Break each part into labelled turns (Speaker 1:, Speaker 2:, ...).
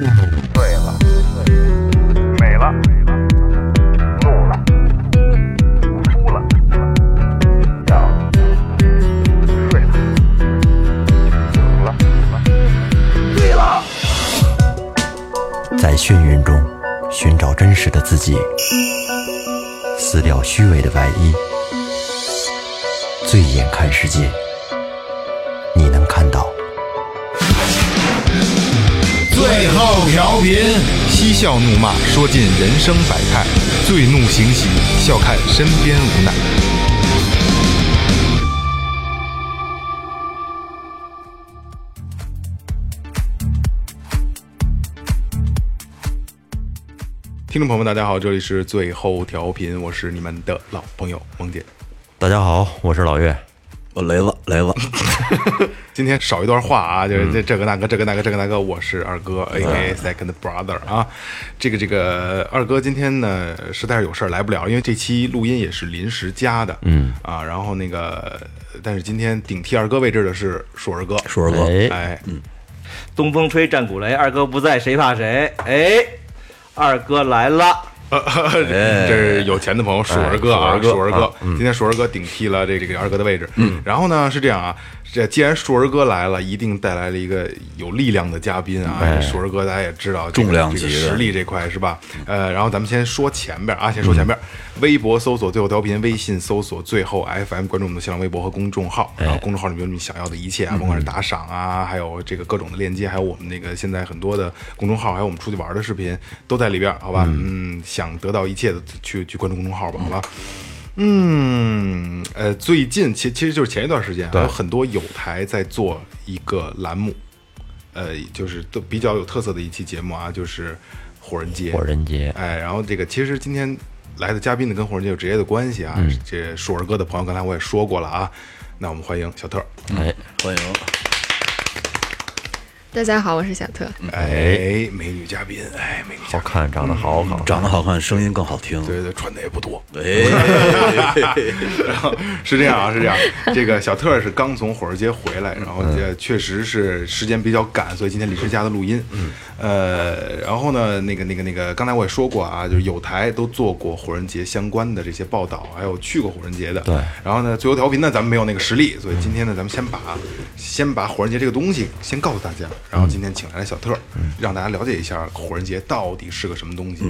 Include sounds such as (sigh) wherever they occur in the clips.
Speaker 1: 了，
Speaker 2: 美了，怒了，哭了，笑了，睡了，醒了，醉了。
Speaker 1: 在眩晕中寻找真实的自己，撕掉虚伪的外衣，醉眼看世界，你能看到。
Speaker 3: 最后调频，
Speaker 4: 嬉笑怒骂，说尽人生百态；醉怒行喜，笑看身边无奈。听众朋友们，大家好，这里是最后调频，我是你们的老朋友萌姐。
Speaker 1: 大家好，我是老岳。
Speaker 5: 我雷了，雷了，
Speaker 4: (laughs) 今天少一段话啊，
Speaker 5: 嗯
Speaker 4: 就是这这个那个这个那个这个那个，我是二哥，A K A Second Brother 啊。这个这个二哥今天呢实在是有事儿来不了，因为这期录音也是临时加的，嗯啊，然后那个但是今天顶替二哥位置的是硕儿哥，
Speaker 5: 硕儿哥，
Speaker 1: 哎，
Speaker 4: 哎，
Speaker 6: 东风吹，战鼓擂，二哥不在，谁怕谁？哎，二哥来了，
Speaker 4: (laughs) 这是有钱的朋友，鼠儿哥啊，
Speaker 1: 哎鼠儿哥
Speaker 4: 鼠儿哥，今天鼠儿哥顶替了这个这个二哥的位置。嗯，然后呢是这样啊，这既然鼠儿哥来了，一定带来了一个有力量的嘉宾啊。鼠儿哥大家也知道这个，
Speaker 5: 重量级
Speaker 4: 这个
Speaker 5: 的
Speaker 4: 实力这块是吧？呃，然后咱们先说前边啊，先说前边，微博搜索最后调频，微信搜索最后 FM，关注我们的新浪微博和公众号，然后公众号里面有你想要的一切啊，甭管是打赏啊，还有这个各种的链接，还有我们那个现在很多的公众号，还有我们出去玩的视频都在里边，好吧？嗯，想得到一切的去去关注公众号吧，好吧？嗯，呃，最近其其实就是前一段时间啊，有很多有台在做一个栏目，呃，就是都比较有特色的一期节目啊，就是火人节。
Speaker 1: 火人节，
Speaker 4: 哎，然后这个其实今天来的嘉宾呢，跟火人节有直接的关系啊。这硕儿哥的朋友，刚才我也说过了啊。那我们欢迎小特儿。
Speaker 1: 哎，
Speaker 5: 欢迎，
Speaker 7: 大家好，我是小特。
Speaker 4: 哎，美女嘉宾，哎，美女
Speaker 1: 好
Speaker 4: 嘉宾，
Speaker 1: 看，长得好好看，
Speaker 5: 长得好看，声音更好听，
Speaker 4: 对对，穿的也不多。
Speaker 5: 哎， (laughs)
Speaker 4: 然后 (laughs) 是这样啊，是这样。这个小特儿是刚从火车街回来，然后这确实是时间比较赶，所以今天李世家的录音。嗯，呃，然后呢，那个那个那个，刚才我也说过啊，就是有台都做过火人节相关的这些报道，还有去过火人节的。
Speaker 1: 对
Speaker 4: 然后呢，最后调频呢，咱们没有那个实力，所以今天呢，咱们先把先把火人节这个东西先告诉大家，然后今天请来了小特儿，让大家了解一下火人节到底是个什么东西。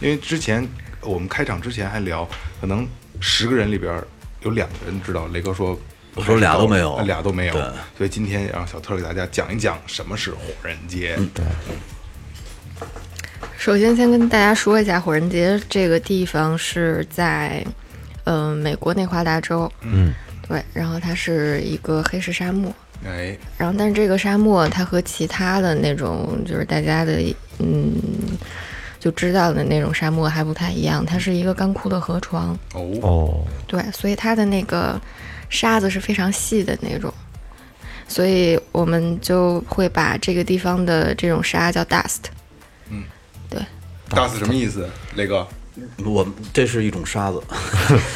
Speaker 4: 因为之前我们开场之前还聊，可能十个人里边儿有两个人知道，雷哥说。
Speaker 5: 我说俩都没有
Speaker 4: 呃俩都没有
Speaker 5: 对，
Speaker 4: 所以今天让小特儿给大家讲一讲什么是火人节。
Speaker 5: 嗯
Speaker 4: 对，
Speaker 7: 首先，先跟大家说一下，火人节这个地方是在，嗯、美国内华达州。嗯，对，然后它是一个黑石沙漠，
Speaker 4: 哎，
Speaker 7: 然后但是这个沙漠它和其他的那种就是大家的嗯就知道的那种沙漠还不太一样，它是一个干枯的河床。
Speaker 4: 哦，
Speaker 1: 哦，
Speaker 7: 对，所以它的那个沙子是非常细的那种，所以我们就会把这个地方的这种沙叫 dust。
Speaker 4: 嗯大四什么意思？雷哥，
Speaker 7: 哦
Speaker 5: 我们这是一种沙子，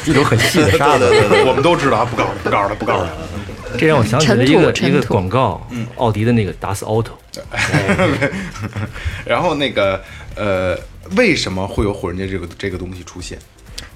Speaker 1: 一种很细的沙
Speaker 5: (laughs)
Speaker 1: 子，
Speaker 4: (laughs) 我们都知道啊，不告诉不告诉他，不告诉
Speaker 7: (laughs)
Speaker 8: 这让我想起了一
Speaker 7: 尘
Speaker 8: 个
Speaker 7: 土尘
Speaker 8: 一个
Speaker 7: 土
Speaker 8: 广告，奥迪的那个达斯 Auto，
Speaker 4: 他。 (laughs) 然后那个呃，为什么会有火人节这个这个东西出现？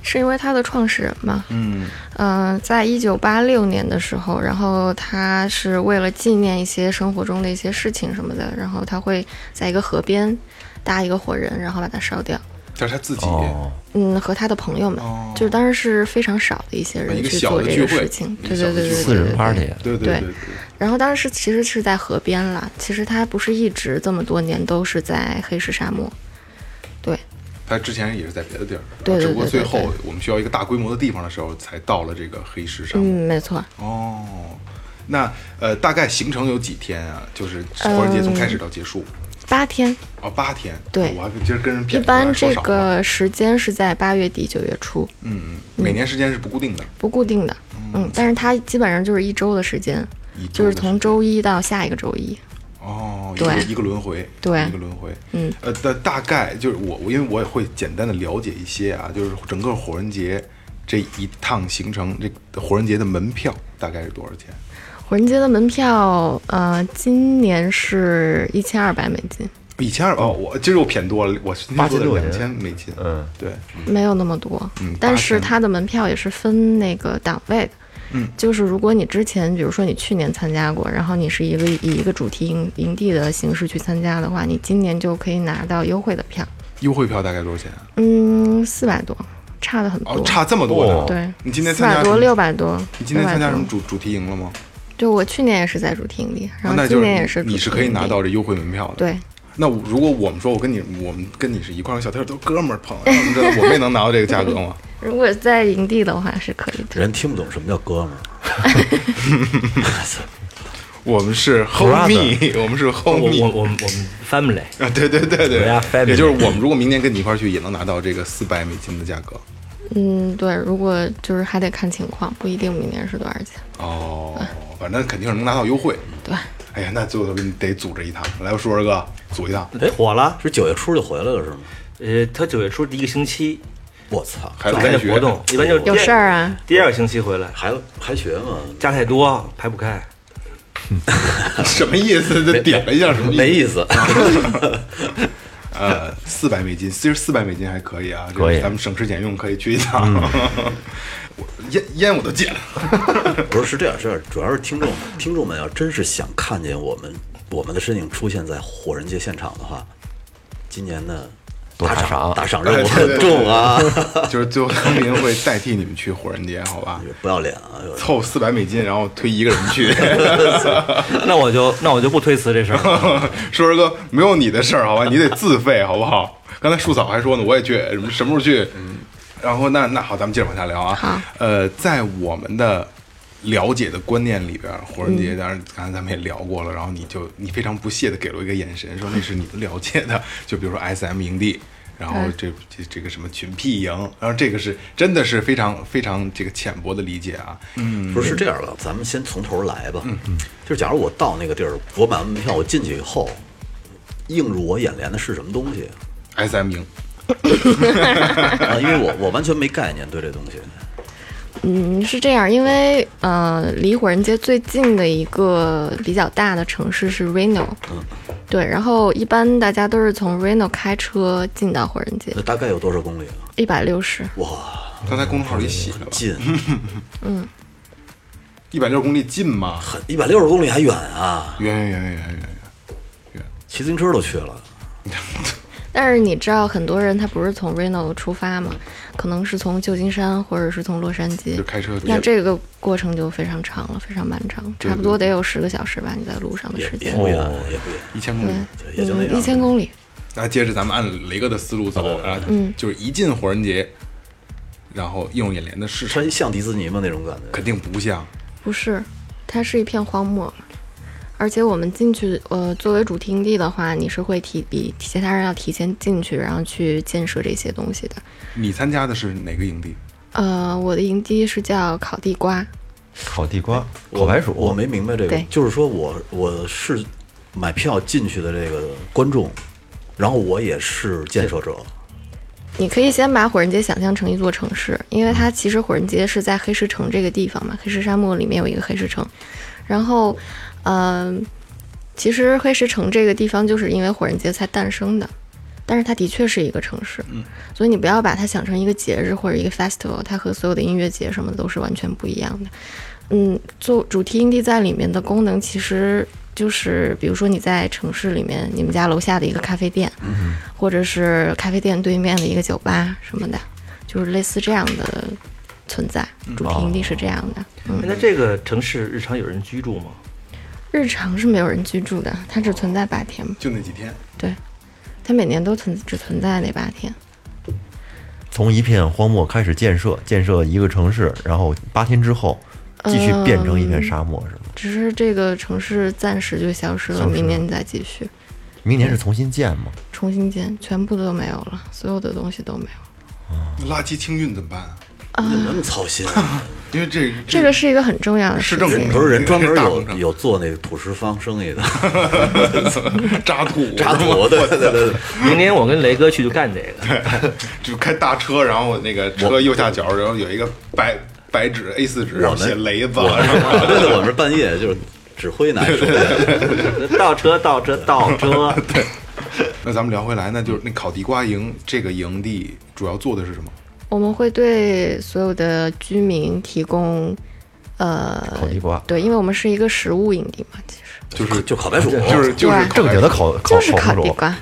Speaker 7: 是因为他的创始人嘛，
Speaker 4: 嗯，
Speaker 7: 呃，在一九八六年的时候，然后他是为了纪念一些生活中的一些事情什么的，然后他会在一个河边搭一个火人，然后把它烧掉。
Speaker 4: 但是他自己，
Speaker 1: 哦，
Speaker 7: 嗯，和他的朋友们，
Speaker 4: 哦
Speaker 7: 就是当时是非常少的一些
Speaker 4: 一
Speaker 7: 人
Speaker 4: 个
Speaker 7: 去
Speaker 4: 小
Speaker 7: 做
Speaker 4: 的
Speaker 7: 这
Speaker 4: 聚
Speaker 7: 个
Speaker 4: 会
Speaker 7: 事情，
Speaker 4: 一个
Speaker 7: 对
Speaker 4: 小的
Speaker 7: 对对
Speaker 4: 聚
Speaker 7: 对
Speaker 1: 私
Speaker 7: 对对
Speaker 1: 人 party，
Speaker 4: 对
Speaker 7: 对。
Speaker 4: 对
Speaker 7: 对然后当时其实是在河边了，其实他不是一直这么多年都是在黑石沙漠，对，
Speaker 4: 他之前也是在别的地儿，
Speaker 7: 对对
Speaker 4: 只不过
Speaker 7: 对
Speaker 4: 最
Speaker 7: 对
Speaker 4: 后我们需要一个大规模的地方的时候，才到了这个黑石沙漠。
Speaker 7: 嗯，没错，
Speaker 4: 哦，那呃，大概行程有几天啊？就是火人节从开始到结束，
Speaker 7: 八天，
Speaker 4: 哦，八天。
Speaker 7: 嗯对
Speaker 4: 我还今儿跟人
Speaker 7: 一
Speaker 4: 骗
Speaker 7: 般
Speaker 4: 我还说
Speaker 7: 这
Speaker 4: 少了
Speaker 7: 个时间是在八月底九月初，
Speaker 4: 嗯，嗯，每年时间是不固定的，
Speaker 7: 不固定的，嗯，但是它基本上就是一周的时间，
Speaker 4: 一周的
Speaker 7: 就是
Speaker 4: 时
Speaker 7: 从周一到下一个周一，
Speaker 4: 哦，一
Speaker 7: 对
Speaker 4: 个一个轮回，
Speaker 7: 对
Speaker 4: 一个轮回。
Speaker 7: 嗯，
Speaker 4: 呃，大大概就是我，我因为我也会简单的了解一些啊，就是整个火人节这一趟行程，这火人节的门票大概是多少钱？
Speaker 7: 火人节的门票，呃，今年是一千二百美金，
Speaker 4: 一千二哦，我其实我偏多了，我是
Speaker 9: 八千多块
Speaker 4: 两
Speaker 9: 钱
Speaker 4: 千美金，
Speaker 9: 嗯，
Speaker 4: 对，
Speaker 7: 没有那么多，
Speaker 4: 嗯
Speaker 7: 但是
Speaker 4: 8000
Speaker 7: 它的门票也是分那个档位的。
Speaker 4: 嗯，
Speaker 7: 就是如果你之前，比如说你去年参加过，然后你是一个以一个主题营营地的形式去参加的话，你今年就可以拿到优惠的票，
Speaker 4: 优惠票大概多少钱？啊
Speaker 7: 嗯，四百多，差的很多。
Speaker 4: 哦，差这么多呢！
Speaker 9: 哦
Speaker 7: 对，
Speaker 4: 你今天
Speaker 7: 四
Speaker 4: 参加
Speaker 7: 百
Speaker 4: 什
Speaker 7: 多
Speaker 4: 么
Speaker 7: 六百多，
Speaker 4: 你今天参加
Speaker 7: 600
Speaker 4: 什
Speaker 7: 多
Speaker 4: 么？主主题营了吗？
Speaker 7: 就我去年也是在主题营地，然
Speaker 4: 哦那
Speaker 7: 后
Speaker 4: 就
Speaker 7: 今
Speaker 4: 是
Speaker 7: 年也
Speaker 4: 你
Speaker 7: 是主题营地。
Speaker 4: 你是可以拿到这优惠门票的。，
Speaker 7: 对，
Speaker 4: 那我如果我们说我跟你我们跟你是一块儿小天儿都是哥们儿朋友，你知道我们也能拿到这个价格吗？
Speaker 7: 如果在营地的话是可以的。
Speaker 5: 人听不懂什么叫哥们儿。
Speaker 4: 我们是 homie，我们是
Speaker 8: 我我
Speaker 4: homie，
Speaker 8: 我我们我们 family
Speaker 4: 啊，对对对对
Speaker 8: We are family
Speaker 4: 也就是我们如果明年跟你一块儿去，也能拿到这个四百美金的价格。
Speaker 7: 嗯，对，如果就是还得看情况，不一定明年是多少钱。
Speaker 4: 哦，反正肯定是能拿到优惠。
Speaker 7: 对，
Speaker 4: 哎呀，那最后你得组织一趟，来吧，叔儿哥，组一趟，
Speaker 6: 火了。
Speaker 5: 哎是九月初就回来了是吗？
Speaker 6: 呃，他九月初第一个星期
Speaker 5: 我操，
Speaker 4: 孩子
Speaker 6: 还
Speaker 4: 开
Speaker 6: 得
Speaker 4: 学
Speaker 6: 活动，一般就是第
Speaker 7: 有
Speaker 6: 二
Speaker 7: 事儿啊，
Speaker 6: 第二个星期回来，
Speaker 5: 还还学吗？
Speaker 6: 假太多排不开。
Speaker 4: (laughs) 什么意思？这点了一下什么
Speaker 5: 没
Speaker 4: 意思？
Speaker 5: 意思。 (laughs)
Speaker 4: 呃，四百美金，其实四百美金还可以啊，
Speaker 9: 可以嗯
Speaker 4: 就是咱们省吃俭用可以去一趟。我 (laughs) 烟烟我都戒了， (laughs)
Speaker 5: 不是，是这样，是这样，主要是听众听众们要真是想看见我们我们的身影出现在火人节现场的话，今年的
Speaker 9: 多
Speaker 5: 打
Speaker 9: 打赏
Speaker 5: 赏打赏任务
Speaker 4: 对对对
Speaker 5: 很重啊，
Speaker 4: 就是最后康林会代替你们去火人节，好吧？
Speaker 5: 不要脸啊！有
Speaker 4: 凑四百美金，然后推一个人去。 (laughs)
Speaker 6: 那我就那我就不推辞这事儿了。
Speaker 4: (laughs) 说儿哥，没有你的事儿， (laughs) 好吧？你得自费，好不好？刚才树嫂还说呢，我也去，什么什么时候去？然后那那好，咱们接着往下聊啊。
Speaker 7: 好
Speaker 4: 呃，在我们的了解的观念里边，火人节当然刚才咱们也聊过了，然后你就你非常不屑的给了我一个眼神，说那是你们了解的， (laughs) 就比如说 S M 营地。然后这这这个什么群 P 营，然后这个是真的是非常非常这个浅薄的理解啊，
Speaker 5: 不是是这样的，咱们先从头来吧。就是假如我到那个地儿，我买完门票，我进去以后，映入我眼帘的是什么东西？
Speaker 4: s m 营，
Speaker 5: 啊，因为我我完全没概念对这东西。
Speaker 7: 嗯，是这样，因为呃，离火人节最近的一个比较大的城市是 Reno，对，然后一般大家都是从 Reno 开车进到火人节
Speaker 5: 那，大概有多少公里啊？
Speaker 7: 一百六十，
Speaker 5: 哇，
Speaker 4: 刚才公众号里写了吧，
Speaker 5: 近
Speaker 4: 一百六十公里近吗？
Speaker 5: 很一百六十公里还远啊，
Speaker 4: 远远远远远远。
Speaker 5: 骑自行车都去了。
Speaker 7: 但是你知道很多人他不是从 Reno 出发嘛，可能是从旧金山或者是从洛杉矶
Speaker 4: 就，开车
Speaker 7: 那这个过程就非常长了，非常漫长，
Speaker 4: 对
Speaker 7: 差不多得有十个小时吧，你在路上的
Speaker 5: 也
Speaker 7: 时
Speaker 5: 也
Speaker 7: 间，
Speaker 5: 不远，也不远，
Speaker 4: 一千公里。
Speaker 5: 就也就那
Speaker 7: 嗯，
Speaker 5: 样。
Speaker 7: 一千公里，
Speaker 4: 那接着咱们按雷哥的思路走，然后
Speaker 9: 嗯
Speaker 4: 就是一进火人节，然后映入眼帘的是什么
Speaker 5: 穿像迪士尼吗那种感觉？
Speaker 4: 肯定不像，
Speaker 7: 不是，它是一片荒漠，而且我们进去，呃，作为主题营地的话，你是会提比其他人要提前进去，然后去建设这些东西的。
Speaker 4: 你参加的是哪个营地？
Speaker 7: 呃，我的营地是叫烤地瓜，
Speaker 9: 烤地瓜、烤白薯，
Speaker 5: 我没明白这个
Speaker 7: 对，
Speaker 5: 就是说我我是买票进去的这个观众，然后我也是建设者，
Speaker 7: 你可以先把火人节想象成一座城市，因为它其实火人节是在黑石城这个地方嘛，黑石沙漠里面有一个黑石城，然后，嗯、其实黑石城这个地方就是因为火人节才诞生的，但是它的确是一个城市，嗯，所以你不要把它想成一个节日或者一个 festival，它和所有的音乐节什么的都是完全不一样的。嗯，做主题营地在里面的功能其实就是，比如说你在城市里面，你们家楼下的一个咖啡店，或者是咖啡店对面的一个酒吧什么的，就是类似这样的存在。主题营地是这样的，嗯，
Speaker 6: 那这个城市日常有人居住吗？
Speaker 7: 日常是没有人居住的，它只存在八天嘛，
Speaker 4: 就那几天，
Speaker 7: 对，它每年都存只存在那八天，
Speaker 9: 从一片荒漠开始建设，建设一个城市，然后八天之后继续变成一片沙漠，是吗？
Speaker 7: 只是这个城市暂时就消失了，
Speaker 9: 消失了
Speaker 7: 明年再继续
Speaker 1: 嗯
Speaker 9: 明年是重新建吗？
Speaker 7: 重新建，全部都没有了，所有的东西都没有。
Speaker 4: 那
Speaker 5: 嗯
Speaker 4: 垃圾清运怎么办啊？
Speaker 5: 你怎么那么操心啊？
Speaker 4: 因为这
Speaker 7: 这个是一个很重要的
Speaker 4: 市
Speaker 7: 事
Speaker 4: 政
Speaker 7: 情
Speaker 4: 工。
Speaker 5: 不是人
Speaker 4: (laughs)
Speaker 5: 专门
Speaker 4: 大工
Speaker 5: 有
Speaker 4: 程
Speaker 5: 有做那个土石方
Speaker 4: (laughs)
Speaker 5: 生意的，
Speaker 4: 渣土，
Speaker 5: 扎
Speaker 4: 是吗
Speaker 5: 土，对对对对，
Speaker 6: 明年我跟雷哥去就干这个。
Speaker 4: 就开大车，然后那个车右下角，然后有一个白白纸 A 4纸，然后写雷子，啊然后
Speaker 5: 对对，我们半夜就是指挥拿手电，
Speaker 6: 倒车，倒车，倒车。
Speaker 4: (laughs) 那咱们聊回来，那就是那烤地瓜营这个营地主要做的是什么？
Speaker 7: 我们会对所有的居民提供，呃，
Speaker 9: 烤地瓜，
Speaker 7: 对，因为我们是一个食物营地嘛，其实
Speaker 4: 就是
Speaker 5: 就烤白薯，
Speaker 4: (laughs) 就是就是
Speaker 7: 对
Speaker 4: 烤
Speaker 9: 正经的烤烤
Speaker 7: 就是烤
Speaker 9: 红
Speaker 7: 地
Speaker 9: 薯，
Speaker 7: 瓜。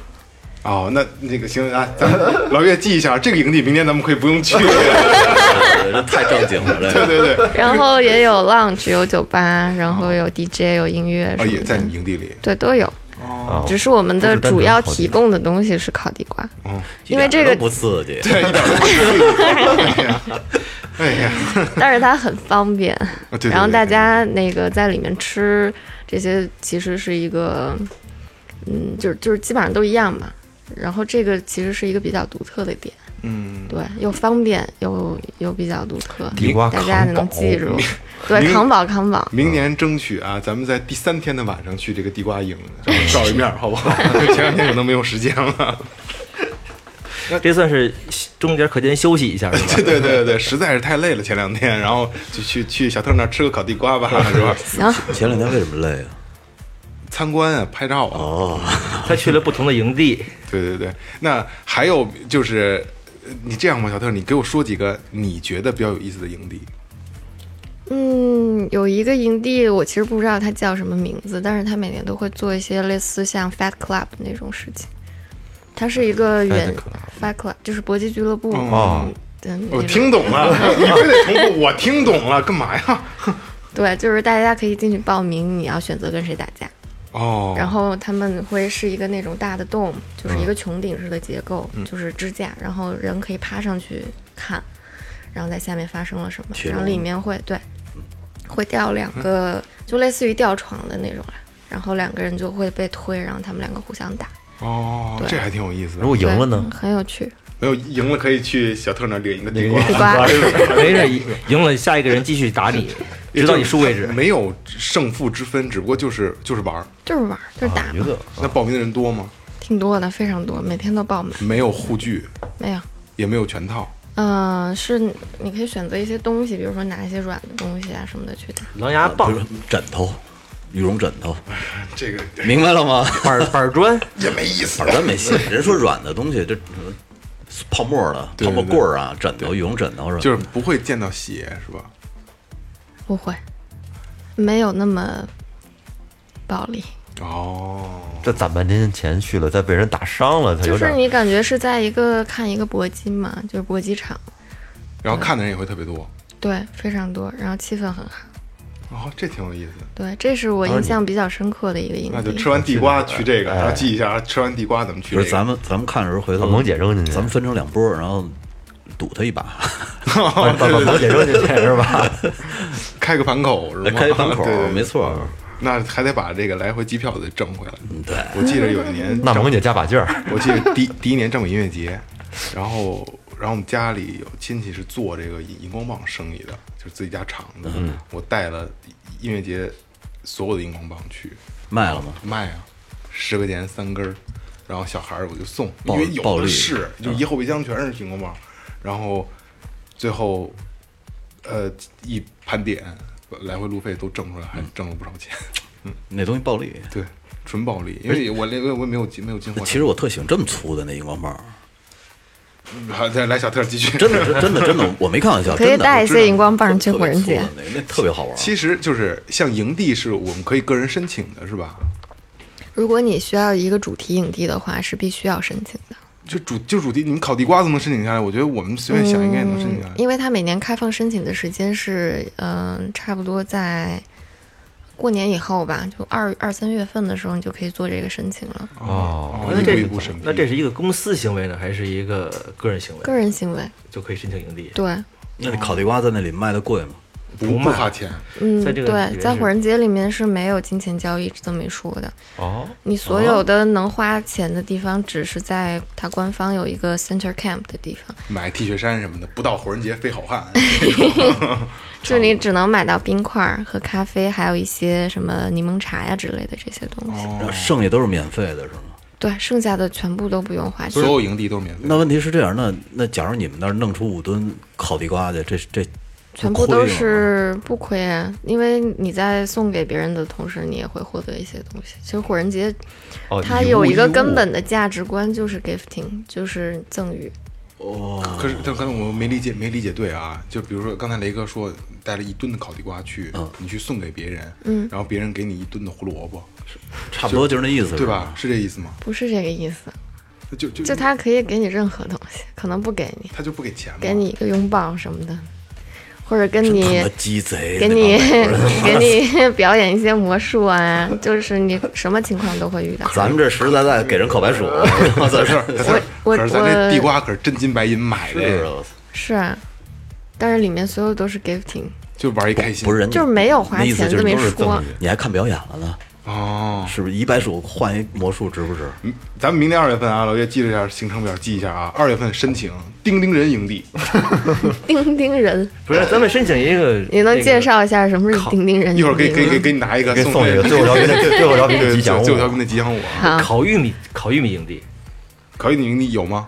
Speaker 4: 哦，那那个行啊，咱们老岳记一下，这个营地明天咱们可以不用去。对
Speaker 5: 这 (laughs) 太正经了，这
Speaker 4: (laughs)
Speaker 5: 个
Speaker 4: 对对，
Speaker 7: 然后也有 lounge，有酒吧，然后有 DJ，有音乐
Speaker 4: 啊
Speaker 7: 什
Speaker 4: 也
Speaker 7: 么
Speaker 4: 在
Speaker 7: 的，
Speaker 4: 你营地里，
Speaker 7: 对，都有。
Speaker 9: 啊
Speaker 7: 只是我们的
Speaker 9: 不是单纯
Speaker 7: 主要
Speaker 9: 烤地
Speaker 7: 提
Speaker 9: 瓜
Speaker 7: 供的东西是烤地瓜，因为
Speaker 5: 一点
Speaker 7: 这个
Speaker 5: 都不刺激，
Speaker 4: 对，一点都不刺激。哎呀， (laughs) 哎呀， (laughs)
Speaker 7: 但是它很方便。
Speaker 4: 啊对对嗯
Speaker 7: 然后
Speaker 4: 对
Speaker 7: 大
Speaker 4: 对
Speaker 7: 家那个在里面吃这些，其实是一个，嗯，就是就是基本上都一样嘛。然后这个其实是一个比较独特的点，
Speaker 4: 嗯，
Speaker 7: 对，又方便又又比较独特，
Speaker 9: 地瓜
Speaker 7: 大家
Speaker 9: 扛
Speaker 7: 能
Speaker 9: 饱，
Speaker 7: 记住，对，
Speaker 4: 明
Speaker 7: 扛饱扛饱。
Speaker 4: 明年争取啊，咱们在第三天的晚上去这个地瓜营然后照一面，好不 (laughs) 好？前两天可能没有时间了。
Speaker 6: 这算是中间课间休息一下是吧？
Speaker 4: (laughs) 对对对对，实在是太累了，前两天，然后就去去小特那儿吃个烤地瓜 (laughs) 吧，是吧？
Speaker 7: 行，
Speaker 5: 前两天为什么累啊？
Speaker 4: 参观啊，拍照啊，
Speaker 5: 哦，
Speaker 6: 他去了不同的营地，
Speaker 4: 对对对。那还有就是，呃你这样吧，小特，你给我说几个你觉得比较有意思的营地。
Speaker 7: 嗯，有一个营地，我其实不知道它叫什么名字，但是它每年都会做一些类似像 Fat Club 那种事情。它是一个原 Fat Club，就是搏击俱乐部
Speaker 9: 哦
Speaker 7: 的那
Speaker 4: 我
Speaker 7: 种
Speaker 4: 听懂了，你非得重复，我听懂了，干嘛呀？
Speaker 7: 对，就是大家可以进去报名，你要选择跟谁打架。
Speaker 4: 哦，
Speaker 7: 然后他们会是一个那种大的洞，就是一个穹顶式的结构，
Speaker 9: 嗯
Speaker 7: 就是支架，然后人可以趴上去看，然后在下面发生了什么，
Speaker 5: 铁
Speaker 7: 然后
Speaker 5: 笼
Speaker 7: 里面会对，
Speaker 9: 嗯
Speaker 7: 会吊两个，就类似于吊床的那种啦。然后两个人就会被推，然后他们两个互相打。
Speaker 4: 哦，
Speaker 7: 对
Speaker 4: 这还挺有意思的。
Speaker 9: 如果赢了
Speaker 7: 对
Speaker 9: 呢？
Speaker 7: 很有
Speaker 9: (laughs)
Speaker 7: 趣。
Speaker 4: 没有赢了，可以去小特那儿领一个地瓜。
Speaker 7: 地 (laughs) 瓜，
Speaker 6: 没事，赢了下一个人继续打你，直到你输为止。
Speaker 4: 没有胜负之分，只不过就是就是玩儿。
Speaker 7: 就是玩儿，就是打
Speaker 9: 娱
Speaker 7: 嘛，
Speaker 9: 乐
Speaker 4: 那报名的人多吗？
Speaker 7: 挺多的，非常多，每天都爆满。
Speaker 9: 嗯
Speaker 4: 没有护具，
Speaker 7: 没有，
Speaker 4: 也没有全套。
Speaker 7: 嗯、是你可以选择一些东西，比如说拿一些软的东西啊什么的去打。
Speaker 6: 狼牙
Speaker 5: 比
Speaker 6: 棒
Speaker 5: 如、说枕头，羽绒枕头，
Speaker 4: 这个
Speaker 5: 明白了吗？
Speaker 6: 板板砖，
Speaker 4: 也没意思。
Speaker 5: 咱没戏，人说软的东西，这泡沫的
Speaker 4: 对
Speaker 5: 泡
Speaker 4: 对
Speaker 5: 沫棍儿啊，枕头、羽绒枕头是吧？
Speaker 4: 就是不会见到血，是吧？
Speaker 7: 不会，没有那么暴力，
Speaker 4: 哦，
Speaker 9: 这攒半天钱去了，再被人打伤了，他
Speaker 7: 就
Speaker 9: 有
Speaker 7: 是
Speaker 9: 点 (laughs)
Speaker 7: 你感觉是在一个看一个搏击嘛，就是搏击场，
Speaker 4: 然后看的人也会特别多。
Speaker 7: 对，非常多，然后气氛很好，
Speaker 4: 哦，这挺有意思的。
Speaker 7: 对，这是我印象比较深刻的一个营
Speaker 4: 那就
Speaker 7: 地
Speaker 4: 吃。完地瓜去这个，然后记一下，啊吃完地瓜咱们去
Speaker 5: 不
Speaker 4: 这个。
Speaker 5: 是咱们咱们看的时候回头，
Speaker 9: 把萌姐扔进去
Speaker 5: 咱们分成两波，然后赌他
Speaker 4: (laughs)
Speaker 5: 一把，
Speaker 9: 把把把萌姐扔进去是吧？
Speaker 4: 开个盘口是吗？
Speaker 5: 开一盘口
Speaker 4: (laughs) 对对，对
Speaker 5: 没错。
Speaker 4: 那还得把这个来回机票得挣回来。
Speaker 5: 嗯对，
Speaker 4: 我记得有一年
Speaker 9: 那萌姐加把劲 (laughs) 儿，
Speaker 4: 我记得第第一年正美音乐节，然后然后我们家里有亲戚是做这个荧光棒生意的，就是自己家厂子。
Speaker 5: 嗯
Speaker 4: 我带了音乐节所有的荧光棒去
Speaker 5: 卖了吗？
Speaker 4: 卖啊，十块钱三根儿，然后小孩儿我就送，因
Speaker 5: 暴
Speaker 4: 为有
Speaker 5: 暴嗯
Speaker 4: 的
Speaker 5: 利
Speaker 4: 是，就一后备箱全是荧光棒，然后最后呃一盘点，来回路费都挣出来，还
Speaker 5: 嗯
Speaker 4: 挣了不少钱。
Speaker 5: 那东西暴利。
Speaker 4: 对，纯暴利，因为我连我我没有进没有进货。
Speaker 5: 其实我特喜欢这么粗的那荧光棒，
Speaker 4: 好，再来小特儿继续。
Speaker 5: 真的真的真的，我没开玩笑，
Speaker 7: 可以
Speaker 5: 真的
Speaker 7: 带一些荧光棒去
Speaker 5: 特
Speaker 7: 火
Speaker 5: 别
Speaker 7: 人
Speaker 5: 粗
Speaker 7: 节
Speaker 5: 的，那那特别好玩。
Speaker 4: 其实就是像营地是我们可以个人申请的，是吧？
Speaker 7: 如果你需要一个主题营地的话，是必须要申请的，
Speaker 4: 就主就主题，你们烤地瓜都能申请下来，我觉得我们随便想应该也能申请啊下来。
Speaker 7: 嗯因为它每年开放申请的时间是，嗯、差不多在过年以后吧，就二二三月份的时候，你就可以做这个申请了。
Speaker 4: 哦
Speaker 6: 那
Speaker 4: 一
Speaker 6: 这
Speaker 4: 步一步审批。
Speaker 6: 那这是一个公司行为呢，还是一个个人行为？
Speaker 7: 个人行为，
Speaker 6: 就可以申请营地。
Speaker 7: 对，
Speaker 5: 那你烤地瓜在那里卖的贵吗？
Speaker 4: 不不花钱，
Speaker 7: 嗯，
Speaker 6: 在这个里
Speaker 7: 对，
Speaker 6: 面
Speaker 7: 在
Speaker 6: 是
Speaker 7: 火人节里面是没有金钱交易这么一说的。
Speaker 9: 哦，
Speaker 7: 你所有的能花钱的地方，只是在它官方有一个 Center Camp 的地方，
Speaker 6: 哦
Speaker 4: 买 T 恤衫什么的，不到火人节非好汉。
Speaker 7: 就你只能买到冰块儿和咖啡，还有一些什么柠檬茶呀之类的这些东
Speaker 6: 哦
Speaker 7: 西。
Speaker 5: 然后剩下都是免费的，是吗？
Speaker 7: 对，剩下的全部都不用花
Speaker 4: 所
Speaker 7: 钱。
Speaker 4: 有营地都免费。
Speaker 5: 那问题是这样，那那假如你们那儿弄出五吨烤地瓜去，这这
Speaker 7: 全部都是不亏啊，因为你在送给别人的同时，你也会获得一些东西。其实火人节
Speaker 9: 哦，
Speaker 7: 它
Speaker 9: 礼物
Speaker 7: 有一个
Speaker 9: 礼物
Speaker 7: 根本的价值观，就是 gifting，就是赠与。
Speaker 5: 哦，
Speaker 4: 可是，但刚才我没理解，没理解对啊。就比如说，刚才雷哥说带了一吨的烤地瓜去，你去送给别人，嗯，然后别人给你一吨的胡萝卜，
Speaker 5: 差不多就是那意思，
Speaker 4: 对？吧？是这意思吗？
Speaker 7: 不是这个意思，
Speaker 4: 就就
Speaker 7: 就他可以给你任何东西，可能不给你，
Speaker 5: 嗯
Speaker 4: 他就不给钱吗？
Speaker 7: 给你一个拥抱什么的，或者跟你
Speaker 5: 他妈鸡贼，
Speaker 7: 给 (laughs) 你给你 (laughs) 表演一些魔术啊， (laughs) 就是你什么情况都会遇到。
Speaker 5: 咱们这实实在在给人烤白薯，在这儿
Speaker 4: 可是，
Speaker 7: 我
Speaker 4: 可是咱这地瓜可是真金白银买的
Speaker 5: 是
Speaker 4: 呀，
Speaker 5: 啊，
Speaker 7: 是啊，但是里面所有都是 gifting，
Speaker 4: 就玩一开心，
Speaker 5: 不是人家
Speaker 7: 就是没有花
Speaker 5: 那意思
Speaker 7: 钱
Speaker 5: 就是
Speaker 7: 这么一
Speaker 5: 都是赠
Speaker 7: 说
Speaker 5: 予你还看表演了呢？
Speaker 4: 哦。
Speaker 5: 是不是一白薯换一魔术值不值？
Speaker 4: 嗯咱们明年二月份啊，老岳记着一下行程表，记一下啊。二月份申请丁丁人营
Speaker 7: (laughs)
Speaker 4: 地，
Speaker 7: 钉钉人。
Speaker 6: 不是，咱们申请一个，
Speaker 7: 你能
Speaker 6: 那个
Speaker 7: 介绍一下什么是钉钉人？
Speaker 4: 一会儿给给给给你拿一个
Speaker 9: 给送一
Speaker 4: 给
Speaker 9: 个最后 (laughs) 调频的最后调频
Speaker 4: 对 (laughs)
Speaker 9: 的吉祥
Speaker 4: 最后调
Speaker 9: 物
Speaker 4: 频，的吉祥物啊。
Speaker 7: 好，
Speaker 6: 烤玉米烤玉米营地，
Speaker 4: 烤玉米营地有吗？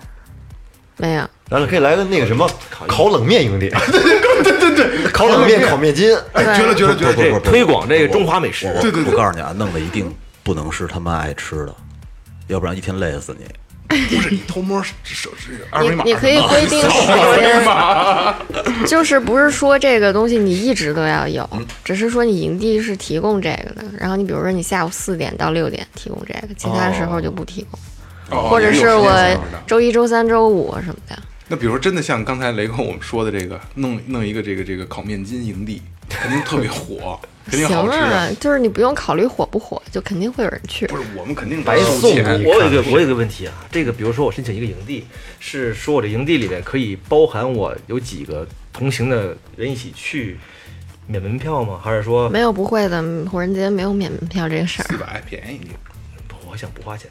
Speaker 7: 没有，
Speaker 9: 咱可以来个那个什么 (laughs) 烤冷面营地，对对对， (laughs) 烤冷面烤面筋，哦
Speaker 4: 哎，绝了绝了绝
Speaker 7: (laughs)
Speaker 4: 了！
Speaker 5: 不
Speaker 6: 这
Speaker 5: 不不不
Speaker 6: 推广这个中华美
Speaker 5: 我
Speaker 6: 食，
Speaker 5: 我
Speaker 4: 对对对
Speaker 5: 我告诉你啊，弄的一定不能是他妈爱吃的，要不然一天累死你。
Speaker 4: 不是你偷摸手手指二维
Speaker 7: 你
Speaker 4: 码，
Speaker 7: 你可以规定时
Speaker 4: (laughs) 二维
Speaker 7: 间，
Speaker 4: 码。
Speaker 7: (laughs)
Speaker 4: 嗯
Speaker 7: 就是不是说这个东西你一直都要有，只是说你营地是提供这个的，然后你比如说你下午四点到六点提供这个，其他时候就不提供，
Speaker 4: 哦
Speaker 7: 或者是
Speaker 4: 有时间
Speaker 7: 我
Speaker 4: 性的
Speaker 7: 周一周三周五什么的。
Speaker 4: 那比如说真的像刚才雷哥我们说的这个，弄弄一个这个这个烤面筋营地，肯定特别
Speaker 7: (laughs)
Speaker 4: 火，肯定
Speaker 7: 行
Speaker 4: 好吃
Speaker 7: 啊
Speaker 4: 啊。，
Speaker 7: 就是你不用考虑火不火，就肯定会有人去
Speaker 4: 不。是我们肯定
Speaker 6: 白
Speaker 4: 收
Speaker 6: 呃送
Speaker 4: 钱
Speaker 6: 我有一个我有一个问题啊，这个比如说我申请一个营地，是说我这营地里面可以包含我有几个同行的人一起去免门票吗？还是说
Speaker 7: 没有不会的，火人节没有免门票这个事儿
Speaker 4: 四。百便宜一点。
Speaker 6: 不我想不花钱？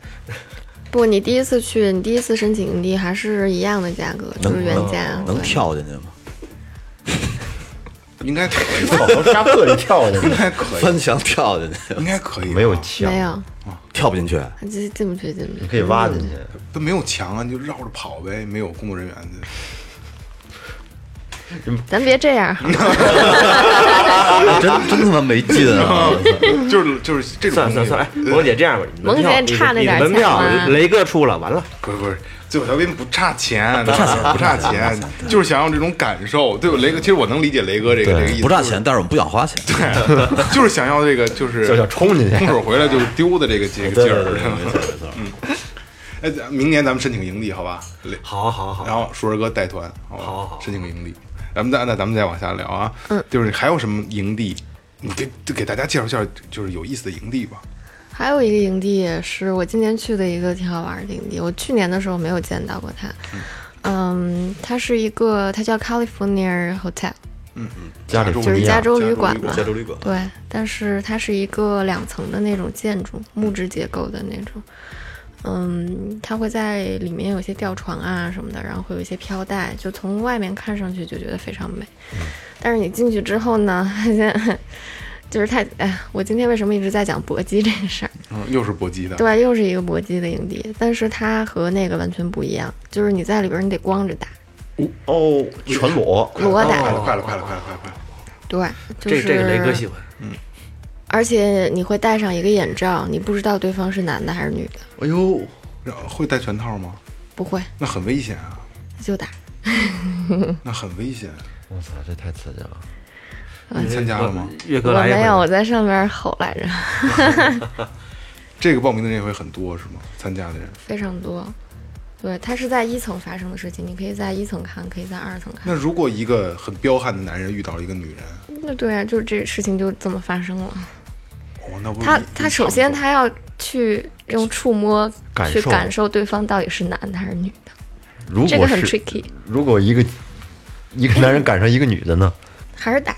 Speaker 7: 不，你第一次去，你第一次申请营地还是一样的价格，就是
Speaker 5: 能
Speaker 7: 原
Speaker 5: 能
Speaker 7: 价。啊
Speaker 5: 能
Speaker 7: 对
Speaker 5: 跳进去吗？
Speaker 4: 应该可以
Speaker 9: 跑
Speaker 4: 吧，
Speaker 9: 到沙漠里跳去
Speaker 4: 应，该可以，
Speaker 5: 翻墙跳进去， (laughs)
Speaker 4: 应该可以吧。
Speaker 9: 没有墙，
Speaker 6: 哎
Speaker 7: 没有，
Speaker 5: 跳不进去。
Speaker 7: 进进不去，进不
Speaker 9: 你
Speaker 7: 去。嗯
Speaker 9: 可以挖进去。
Speaker 4: 它没有墙啊，你就绕着跑呗，没有工作人员的。
Speaker 7: 咱别这样，
Speaker 5: 真真他妈没劲啊！
Speaker 4: 就是就是这种
Speaker 6: 算了
Speaker 4: 东
Speaker 6: 算
Speaker 4: 西
Speaker 6: 了算了，哎， (laughs) 萌姐这样吧，你门
Speaker 7: 萌
Speaker 6: 票
Speaker 7: 姐
Speaker 6: 你
Speaker 7: 差那
Speaker 6: 你
Speaker 7: 点
Speaker 6: 门
Speaker 7: 钱
Speaker 6: 票
Speaker 7: 吗
Speaker 6: 雷哥出了，完了，
Speaker 4: 不是不是，最后调频不差钱，不差钱，不差钱，就是想要这种感受，对吧？雷哥，其实我能理解雷哥这个这个意思，
Speaker 5: 不差钱，但是我们不想花钱。
Speaker 4: 对，就是想要这个，就是
Speaker 9: 就想冲进去
Speaker 4: 空手回来就丢的这个这个
Speaker 5: 对
Speaker 4: 劲
Speaker 5: 对对，
Speaker 4: 儿。
Speaker 5: 没错没错。
Speaker 4: 哎，咱明年咱们申请营地，好吧？雷
Speaker 6: 好好好，
Speaker 4: 然后硕儿哥带团，好吧？
Speaker 6: 好好
Speaker 4: 申请个营地。咱们再那咱们再往下聊啊，嗯，就是还有什么营地，你给就给大家介绍介绍，就是有意思的营地吧。
Speaker 7: 还有一个营地也是我今年去的一个挺好玩的营地，我去年的时候没有见到过它。嗯，它是一个，它叫 California Hotel，
Speaker 9: 家里
Speaker 7: 就是加州旅馆嘛
Speaker 4: 加。
Speaker 5: 州旅馆
Speaker 7: 对，但是它是一个两层的那种建筑，木质结构的那种。嗯，它会在里面有一些吊床啊什么的，然后会有一些飘带，就从外面看上去就觉得非常美。但是你进去之后呢， (laughs) 就是太哎呀，我今天为什么一直在讲搏击这个事儿？
Speaker 4: 嗯，又是搏击的，
Speaker 7: 对，又是一个搏击的营地，但是它和那个完全不一样，就是你在里边儿你得光着打，
Speaker 9: 哦，全裸，
Speaker 7: 裸打，
Speaker 4: 快了，快了，快了，快了，快了，快了！
Speaker 7: 对，就
Speaker 6: 这
Speaker 7: 是
Speaker 6: 这个雷哥喜欢，
Speaker 7: 而且你会戴上一个眼罩，你不知道对方是男的还是女的，
Speaker 4: 哎呦，然后会戴拳套吗？
Speaker 7: 不会
Speaker 4: 那很危险啊，
Speaker 7: 就打。
Speaker 4: 那很危险。
Speaker 9: 我操，这太刺激了！
Speaker 7: 嗯
Speaker 4: 你参加了吗？
Speaker 6: 岳
Speaker 7: 我
Speaker 6: 哥来一
Speaker 7: 没有，
Speaker 6: 回，
Speaker 7: 我在上面吼来着，
Speaker 4: 这个报名的人也会很多是吗？参加的人，
Speaker 7: 非常多。对，它是在一层发生的事情，你可以在一层看，可以在二层
Speaker 4: 那
Speaker 7: 看。
Speaker 4: 如果一个很彪悍的男人遇到了一个女人，
Speaker 7: 那对啊，就是这事情就这么发生了。
Speaker 4: 哦，那不是
Speaker 7: 他
Speaker 4: 一
Speaker 7: 他首先
Speaker 4: 一场
Speaker 7: 他要去用触摸
Speaker 9: 感
Speaker 7: 去
Speaker 9: 受
Speaker 7: 感受对方到底是男的还是女的，
Speaker 9: 如
Speaker 7: 这
Speaker 9: 果
Speaker 7: 个很
Speaker 9: 是
Speaker 7: tricky，
Speaker 9: 如果一个一个男人赶上一个女的呢，
Speaker 7: 还是打。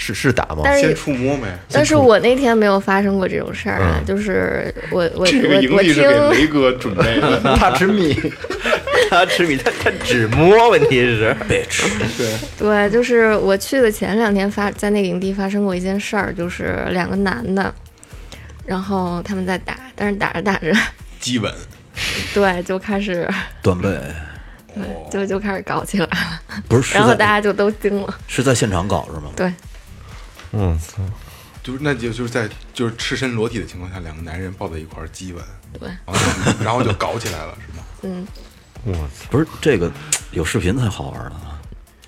Speaker 9: 是是打吗？
Speaker 7: 但
Speaker 4: 先
Speaker 7: 是
Speaker 4: 触摸呗。
Speaker 7: 但是我那天没有发生过这种事儿啊，
Speaker 9: 嗯
Speaker 7: 就是我
Speaker 4: (laughs)
Speaker 7: 我
Speaker 4: 这个
Speaker 7: 我
Speaker 4: 营
Speaker 7: 我
Speaker 4: 地是给
Speaker 7: 听
Speaker 4: 雷哥准备
Speaker 7: (laughs)
Speaker 4: 的，
Speaker 9: (laughs) 他执迷，
Speaker 6: (laughs) 他痴迷，他他只摸，问题
Speaker 7: (laughs)
Speaker 6: 是
Speaker 7: 对，就是我去的前两天发在那个营地发生过一件事儿，就是两个男的，然后他们在打，但是打着打着， (laughs)
Speaker 4: 激吻。
Speaker 7: 对，就开始
Speaker 5: 断背，
Speaker 7: 就就开始搞起来了。
Speaker 5: 不是，是
Speaker 7: 然后
Speaker 5: 在
Speaker 7: 大家就都惊了。
Speaker 5: 是在现场搞是吗？
Speaker 7: 对，
Speaker 9: 嗯，操
Speaker 4: 就是那就就是在就是赤身裸体的情况下，两个男人抱在一块儿激吻，
Speaker 7: 对
Speaker 4: 然后就 (laughs) 然后就搞起来了，是吗？
Speaker 9: 我操，
Speaker 5: 不是这个有视频才好玩呢。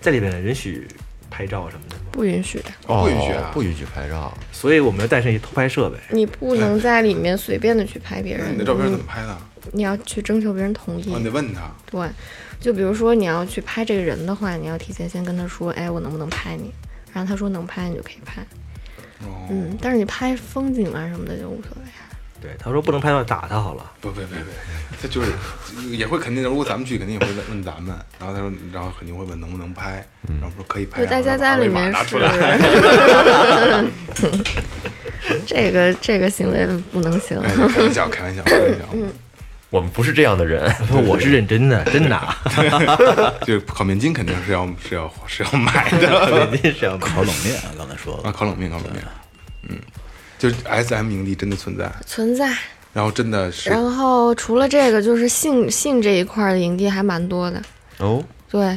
Speaker 6: 在里面允许拍照什么的吗？
Speaker 7: 不允许的，
Speaker 4: 不允许
Speaker 9: 哦
Speaker 4: 啊
Speaker 9: 不允许拍照，
Speaker 6: 所以我们要带上一偷拍设备。
Speaker 7: 你不能在里面随便的去拍别
Speaker 4: 那
Speaker 7: 人
Speaker 4: 哎嗯你那。照片是怎么哦拍的？啊，
Speaker 7: 你要去征求别人同意。
Speaker 4: 你得问他。
Speaker 7: 对，就比如说你要去拍这个人的话，你要提前先跟他说，哎，我能不能拍你？然后他说能拍，你就可以拍。
Speaker 4: 哦
Speaker 7: 嗯，但是你拍风景啊什么的就无所谓啊。
Speaker 6: 对，他说不能拍照，打他好了。
Speaker 4: 不不不不，他就是也会肯定，如果咱们去肯定也会问问咱们，然后他说，然后肯定会问能不能拍，
Speaker 9: 嗯
Speaker 4: 然后说可以拍，啊
Speaker 7: 对，大家在里面
Speaker 4: 拿
Speaker 7: 是
Speaker 4: 出
Speaker 7: (laughs)
Speaker 4: 来，
Speaker 7: 这个这个行为不能行。
Speaker 4: 哎开玩笑，开玩笑，开玩笑，
Speaker 7: 嗯
Speaker 9: 我们不是这样的人，
Speaker 6: 他说我是认真的，真的 (laughs) 啊，
Speaker 4: (laughs) 就是烤面筋肯定是要是要是要买
Speaker 9: (laughs)
Speaker 4: 的
Speaker 6: 真是要搞
Speaker 5: 烤冷面啊，刚才说
Speaker 4: 啊，
Speaker 5: 了，
Speaker 4: 烤冷面，烤冷面，嗯，就是 S M 营地真的存在，
Speaker 7: 存在。
Speaker 4: 然后真的是
Speaker 7: 然后除了这个，就是性性这一块儿的营地还蛮多的。
Speaker 9: 哦，
Speaker 7: 对，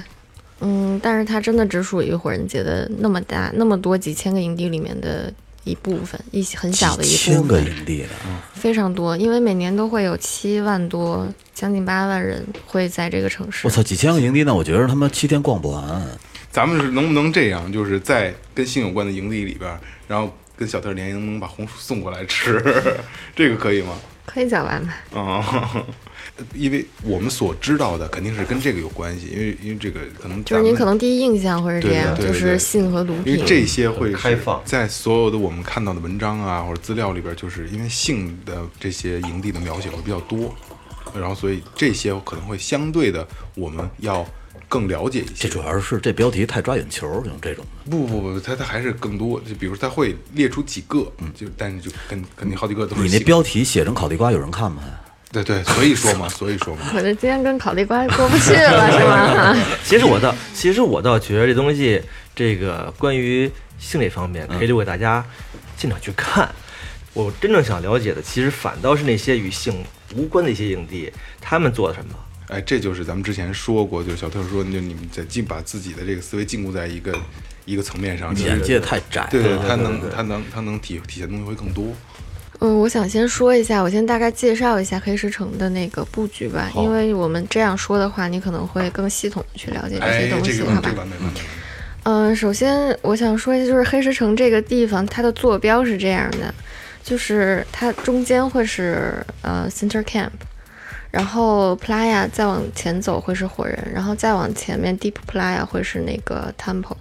Speaker 7: 嗯，但是它真的只属于火人节的那么大那么多几千个营地里面的一部分，一很小的一
Speaker 5: 几
Speaker 7: 部
Speaker 5: 千个
Speaker 7: 分，
Speaker 5: 营地呢，
Speaker 7: 非常多，因为每年都会有七万多，将近八万人会在这个城市
Speaker 5: 我。操，几千个营地那我觉得他妈七天逛不完。
Speaker 4: 咱们是能不能这样，就是在跟性有关的营地里边儿，然后跟小店联营，能把红薯送过来吃， (laughs) 这个可以吗？
Speaker 7: 可以叫外卖，
Speaker 4: 啊、 (laughs) 因为我们所知道的肯定是跟这个有关系，因为因为这个可能
Speaker 7: 就是
Speaker 4: 咱
Speaker 7: 您
Speaker 4: 们
Speaker 7: 可能第一印象会是这样，
Speaker 4: 对对对
Speaker 7: 就
Speaker 4: 对对
Speaker 7: 是性和毒
Speaker 4: 因
Speaker 7: 品
Speaker 4: 为。这些会是
Speaker 6: 开放
Speaker 4: 在所有的我们看到的文章啊或者资料里边，就是因为性的这些营地的描写会比较多，然后所以这些可能会相对的我们要更了解一
Speaker 5: 这
Speaker 4: 些。
Speaker 5: 主要是这标题太抓眼球，用这种的。
Speaker 4: 不不不，它它还是更多，就比如它会列出几个，就但是就肯肯定好几个都是
Speaker 5: 嗯你那
Speaker 4: 性
Speaker 5: 标题写成烤地瓜，有人看吗？
Speaker 4: 对对，所以说嘛，所以说嘛，
Speaker 7: 我这今天跟烤地瓜过不
Speaker 4: (laughs)
Speaker 7: 去了，是吗？
Speaker 6: 其实我倒，其实我倒觉得这东西，这个关于性这方面，可以留给大家现场去看。我真正想了解的，其实反倒是那些与性无关的一些营地，他们做了什么。
Speaker 4: 哎，这就是咱们之前说过，就是小特说，就你们在禁把自己的这个思维禁锢在一个一个层面上，其实
Speaker 5: 眼界太窄
Speaker 4: 对对，
Speaker 5: 了。
Speaker 4: 他能他能他能体体现东西会更多。
Speaker 7: 嗯，我想先说一下，我先大概介绍一下黑石城的那个布局吧，因为我们这样说的话，你可能会更系统地去了解这
Speaker 4: 哎
Speaker 7: 些，东
Speaker 4: 这
Speaker 7: 西，
Speaker 4: 个
Speaker 7: 好
Speaker 4: 完
Speaker 7: 吧
Speaker 4: 这个？完美完美。
Speaker 7: 嗯，首先我想说一下，就是黑石城这个地方，它的坐标是这样的，就是它中间会是呃 Center Camp，然后 Playa 再往前走会是火人，然后再往前面 Deep Playa 会是那个 Temple。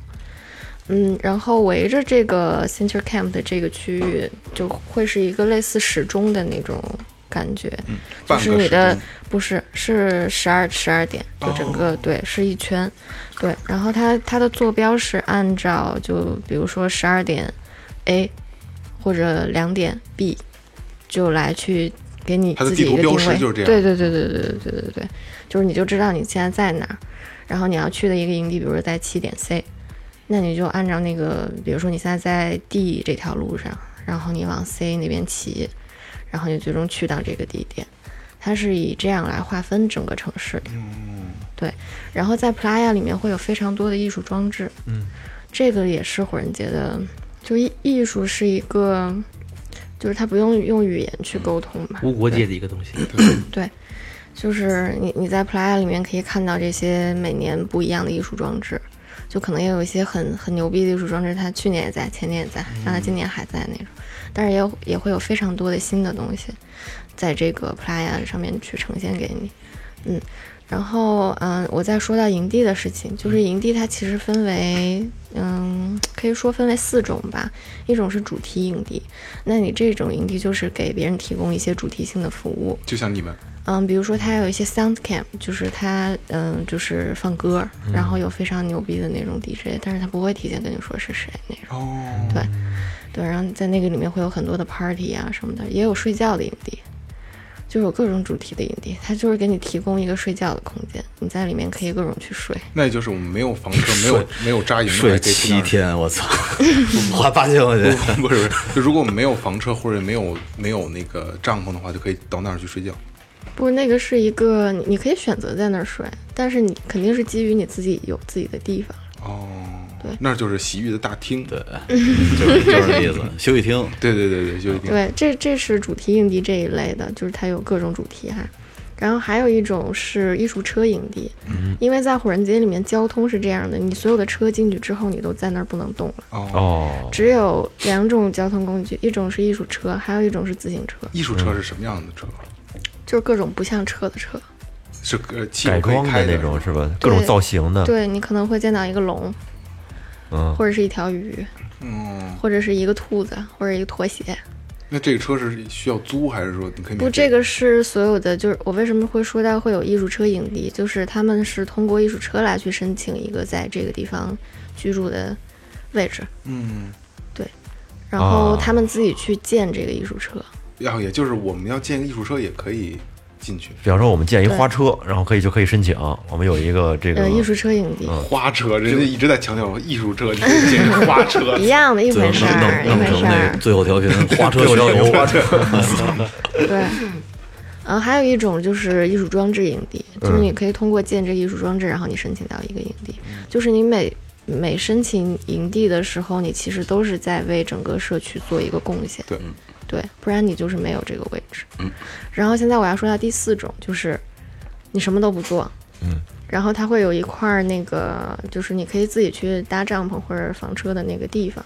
Speaker 7: 嗯，然后围着这个 Center Camp 的这个区域，就会是一个类似时钟的那种感觉，就
Speaker 4: 半
Speaker 7: 是
Speaker 4: 个
Speaker 7: 你
Speaker 4: 时
Speaker 7: 的
Speaker 4: 钟
Speaker 7: 不是是十二十二点，就整
Speaker 4: 哦
Speaker 7: 个、对是一圈，对，然后它它的坐标是按照就比如说十二点 A 或者两点 B 就来去给你
Speaker 4: 它的
Speaker 7: 自己
Speaker 4: 地
Speaker 7: 一
Speaker 4: 图
Speaker 7: 个定
Speaker 4: 标识
Speaker 7: 位，
Speaker 4: 就是这样
Speaker 7: 对对对对对对对对对，就是你就知道你现在在哪儿，然后你要去的一个营地，比如说在七点 C，那你就按照那个，比如说你现在在 D 这条路上，然后你往 C 那边骑，然后你最终去到这个地点。它是以这样来划分整个城市的。对，然后在 Playa 里面会有非常多的艺术装置。嗯，这个也是火人节的，就艺艺术是一个，就是它不用用语言去沟通嘛。
Speaker 6: 无国界的一个东西，
Speaker 7: 对，就是你你在 Playa 里面可以看到这些每年不一样的艺术装置，就可能也有一些很很牛逼的艺术装置，它去年也在，前年也在，让它今年还在那种，但是也有也会有非常多的新的东西，在这个 Playa 上面去呈现给你，嗯。然后，嗯，我再说到营地的事情，就是营地它其实分为，嗯，可以说分为四种吧。一种是主题营地，那你这种营地就是给别人提供一些主题性的服务，
Speaker 4: 就像你们，
Speaker 7: 嗯，比如说它有一些 sound camp，就是它嗯就是放歌，然后有非常牛逼的那种 DJ，但是他不会提前跟你说是谁那种。
Speaker 4: 哦，
Speaker 7: 对，对，然后在那个里面会有很多的 party 啊什么的，也有睡觉的营地，就是有各种主题的营地，它就是给你提供一个睡觉的空间，你在里面可以各种去睡。
Speaker 4: 那也就是我们没有房
Speaker 5: (laughs)
Speaker 4: 车，没有没有扎营的
Speaker 5: 睡
Speaker 4: 还可以去那
Speaker 5: 七
Speaker 4: 儿。
Speaker 5: 天，我操，花八千块钱。
Speaker 4: (laughs) 不是不是，就如果我们没有房车或者没有没有那个帐篷的话，就可以到那儿去睡觉。
Speaker 7: 不，那个是一个你你可以选择在那儿睡，但是你肯定是基于你自己有自己的地方。
Speaker 4: 哦，
Speaker 7: 对
Speaker 4: 那就是洗浴的大厅。
Speaker 5: 对，就是就是这意思。休息厅，
Speaker 4: 对对对对，就一
Speaker 9: 嗯
Speaker 4: 定
Speaker 7: 对，这这是主题营地这一类的，就是它有各种主题哈。然后还有一种是艺术车营地，
Speaker 9: 嗯
Speaker 7: 因为在火人节里面交通是这样的，你所有的车进去之后，你都在那儿不能动了，
Speaker 4: 哦。
Speaker 9: (laughs) 哦，
Speaker 7: 只有两种交通工具，一种是艺术车，还有一种是自行车，
Speaker 4: 艺术车是什么样的车？
Speaker 7: 就是各种不像车的车。
Speaker 4: 是呃，汽油
Speaker 9: 改
Speaker 4: 可以
Speaker 9: 装
Speaker 4: 开
Speaker 9: 的那种，是吧？各种造型的，
Speaker 7: 对你可能会见到一个龙，
Speaker 9: 嗯，
Speaker 7: 或者是一条鱼，
Speaker 4: 嗯，
Speaker 7: 或者是一个兔子，或者一个拖鞋。
Speaker 4: 那这个车是需要租还是说你可以免费？
Speaker 7: 不，这个是所有的，就是我为什么会说到会有艺术车营地，就是他们是通过艺术车来去申请一个在这个地方居住的位置，
Speaker 4: 嗯，
Speaker 7: 然后
Speaker 9: 啊
Speaker 7: 他们自己去建这个艺术车。
Speaker 4: 要也就是我们要建个艺术车也可以进去，
Speaker 9: 比方说我们建一花车，然后可以就可以申请，我们有一个这个
Speaker 7: 呃，艺术车营地、
Speaker 4: 花车人家一直在强调艺术车，你可以建个花
Speaker 7: (laughs)
Speaker 4: 车
Speaker 7: 一样的一
Speaker 5: 最后
Speaker 7: 回事儿，一
Speaker 5: 弄弄
Speaker 7: 回
Speaker 5: 成
Speaker 7: 事
Speaker 5: 那
Speaker 7: 儿。
Speaker 5: 最后调频花车需要油，花车
Speaker 7: 对，嗯，还有一种就是艺术装置营地，就是你可以通过建这个艺术装置，然后你申请到一个营地，就是你每每申请营地的时候，你其实都是在为整个社区做一个贡献。
Speaker 4: 对
Speaker 7: 对，不然你就是没有这个位置。然后现在我要说到第四种，就是你什么都不做。
Speaker 9: 嗯。
Speaker 7: 然后它会有一块儿那个，就是你可以自己去搭帐篷或者房车的那个地方，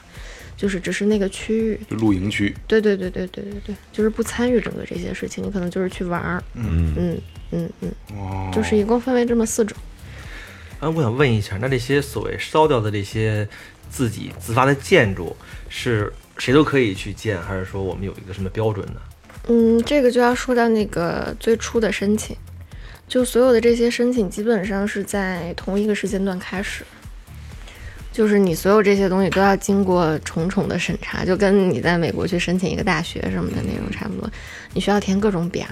Speaker 7: 就是只是那个区域，
Speaker 4: 就露营区，
Speaker 7: 对对对对对对对，就是不参与整个这些事情，你可能就是去玩儿，
Speaker 9: 嗯
Speaker 7: 嗯嗯嗯，
Speaker 4: 哦，
Speaker 7: 就是一共分为这么四种。
Speaker 6: 哎，我想问一下，那这些所谓烧掉的这些自己自发的建筑，是谁都可以去建，还是说我们有一个什么标准呢？
Speaker 7: 嗯，这个就要说到那个最初的申请，就所有的这些申请基本上是在同一个时间段开始，就是你所有这些东西都要经过重重的审查，就跟你在美国去申请一个大学什么的那种差不多，你需要填各种表，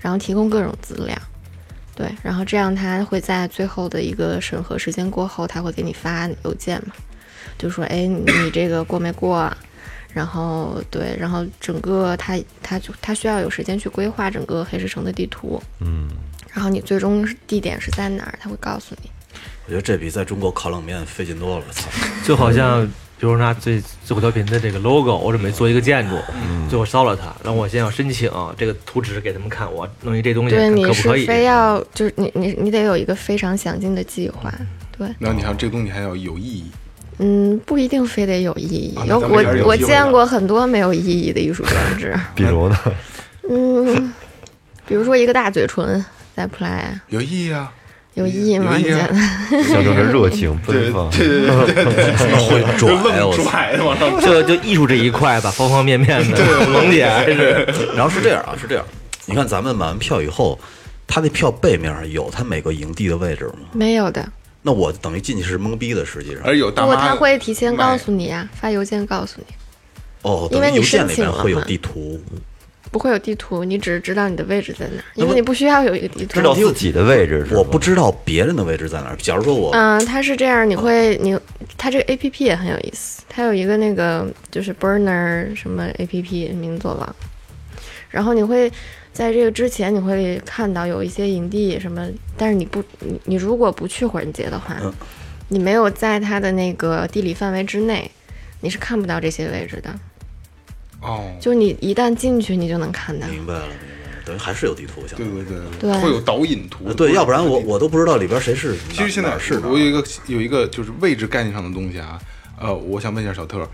Speaker 7: 然后提供各种资料。对，然后这样他会在最后的一个审核时间过后，他会给你发邮件嘛，就说，哎，你你这个过没过啊？然后对，然后整个它它就它需要有时间去规划整个黑石城的地图，
Speaker 9: 嗯，
Speaker 7: 然后你最终是地点是在哪儿，它会告诉你。
Speaker 5: 我觉得这比在中国烤冷面费劲多了。操，
Speaker 6: 就好像，比如说拿最最后调频的这个 logo，我准备做一个建筑，最后烧了它，然后我现在要申请这个图纸给他们看，我弄一这东西
Speaker 7: 对，
Speaker 6: 看
Speaker 7: 你
Speaker 6: 可不
Speaker 7: 是
Speaker 6: 可以？
Speaker 7: 非要就是你你你得有一个非常详尽的计划。
Speaker 6: 嗯
Speaker 7: 对，
Speaker 4: 然后你看这个东西还要有意义，
Speaker 7: 嗯，不一定非得有意义
Speaker 4: 啊。那
Speaker 7: 有
Speaker 4: 咱们
Speaker 7: 我
Speaker 4: 还是有
Speaker 7: 我
Speaker 4: 机会
Speaker 7: 见
Speaker 4: 的
Speaker 7: 过很多没有意义的艺术装
Speaker 6: (laughs)
Speaker 7: 置，
Speaker 9: 比如呢，
Speaker 7: 嗯，比如说一个大嘴唇在 play，
Speaker 4: 有意义啊，
Speaker 7: 有意义吗？
Speaker 4: 有
Speaker 7: 你
Speaker 4: 意义
Speaker 7: 觉
Speaker 4: 啊
Speaker 7: 得？ (laughs)
Speaker 9: 象征着热情奔
Speaker 4: 对
Speaker 9: 放
Speaker 4: 对。对对对对，
Speaker 5: 会
Speaker 4: 就
Speaker 5: 拽
Speaker 4: 愣
Speaker 5: 我操！
Speaker 4: 拽的往上，
Speaker 6: 就就艺术这一块吧，方方面面的龙姐还是
Speaker 5: 然后是这样啊，是这样，你看咱们买完票以后，他那票背面有他每个营地的位置吗？
Speaker 7: 没有的，
Speaker 5: 那我等于进去是懵逼的，实际上。
Speaker 4: 而有大
Speaker 7: 不过
Speaker 4: 妈，
Speaker 7: 他会提前告
Speaker 4: 买
Speaker 7: 诉你啊，发邮件告诉你，
Speaker 5: 哦，等
Speaker 7: 因为
Speaker 5: 于
Speaker 7: 你
Speaker 5: 邮件
Speaker 7: 申
Speaker 5: 里
Speaker 7: 请
Speaker 5: 面
Speaker 7: 了
Speaker 5: 会有
Speaker 7: 嘛
Speaker 5: 地图，
Speaker 7: 不会有地图，你只是知道你的位置在哪儿，
Speaker 5: 那
Speaker 7: 因
Speaker 5: 不
Speaker 7: 为你不需要有一个地图
Speaker 9: 知。道自己的位置是吗
Speaker 5: 我不知道别人的位置在哪儿。假如说我，
Speaker 7: 嗯，它是这样，你会你它这个 A P P 也很有意思，它有一个那个就是 Burner 什么 A P P 名作网，然后你会在这个之前你会看到有一些营地什么，但是你不你你如果不去火人节的话，
Speaker 5: 嗯
Speaker 7: 你没有在它的那个地理范围之内，你是看不到这些位置的。
Speaker 4: 哦，
Speaker 7: 就你一旦进去，你就能看到。
Speaker 5: 明白了，明白了，等于还是有地图，相
Speaker 4: 对
Speaker 5: 当于。
Speaker 4: 对对
Speaker 7: 对
Speaker 4: 会有导引图，
Speaker 5: 呃对，要不然我我都不知道里边谁是哪。
Speaker 4: 其实现
Speaker 5: 哪
Speaker 4: 在
Speaker 5: 儿是哪儿
Speaker 4: 我有一个有一个就是位置概念上的东西啊，呃，我想问一下小特儿，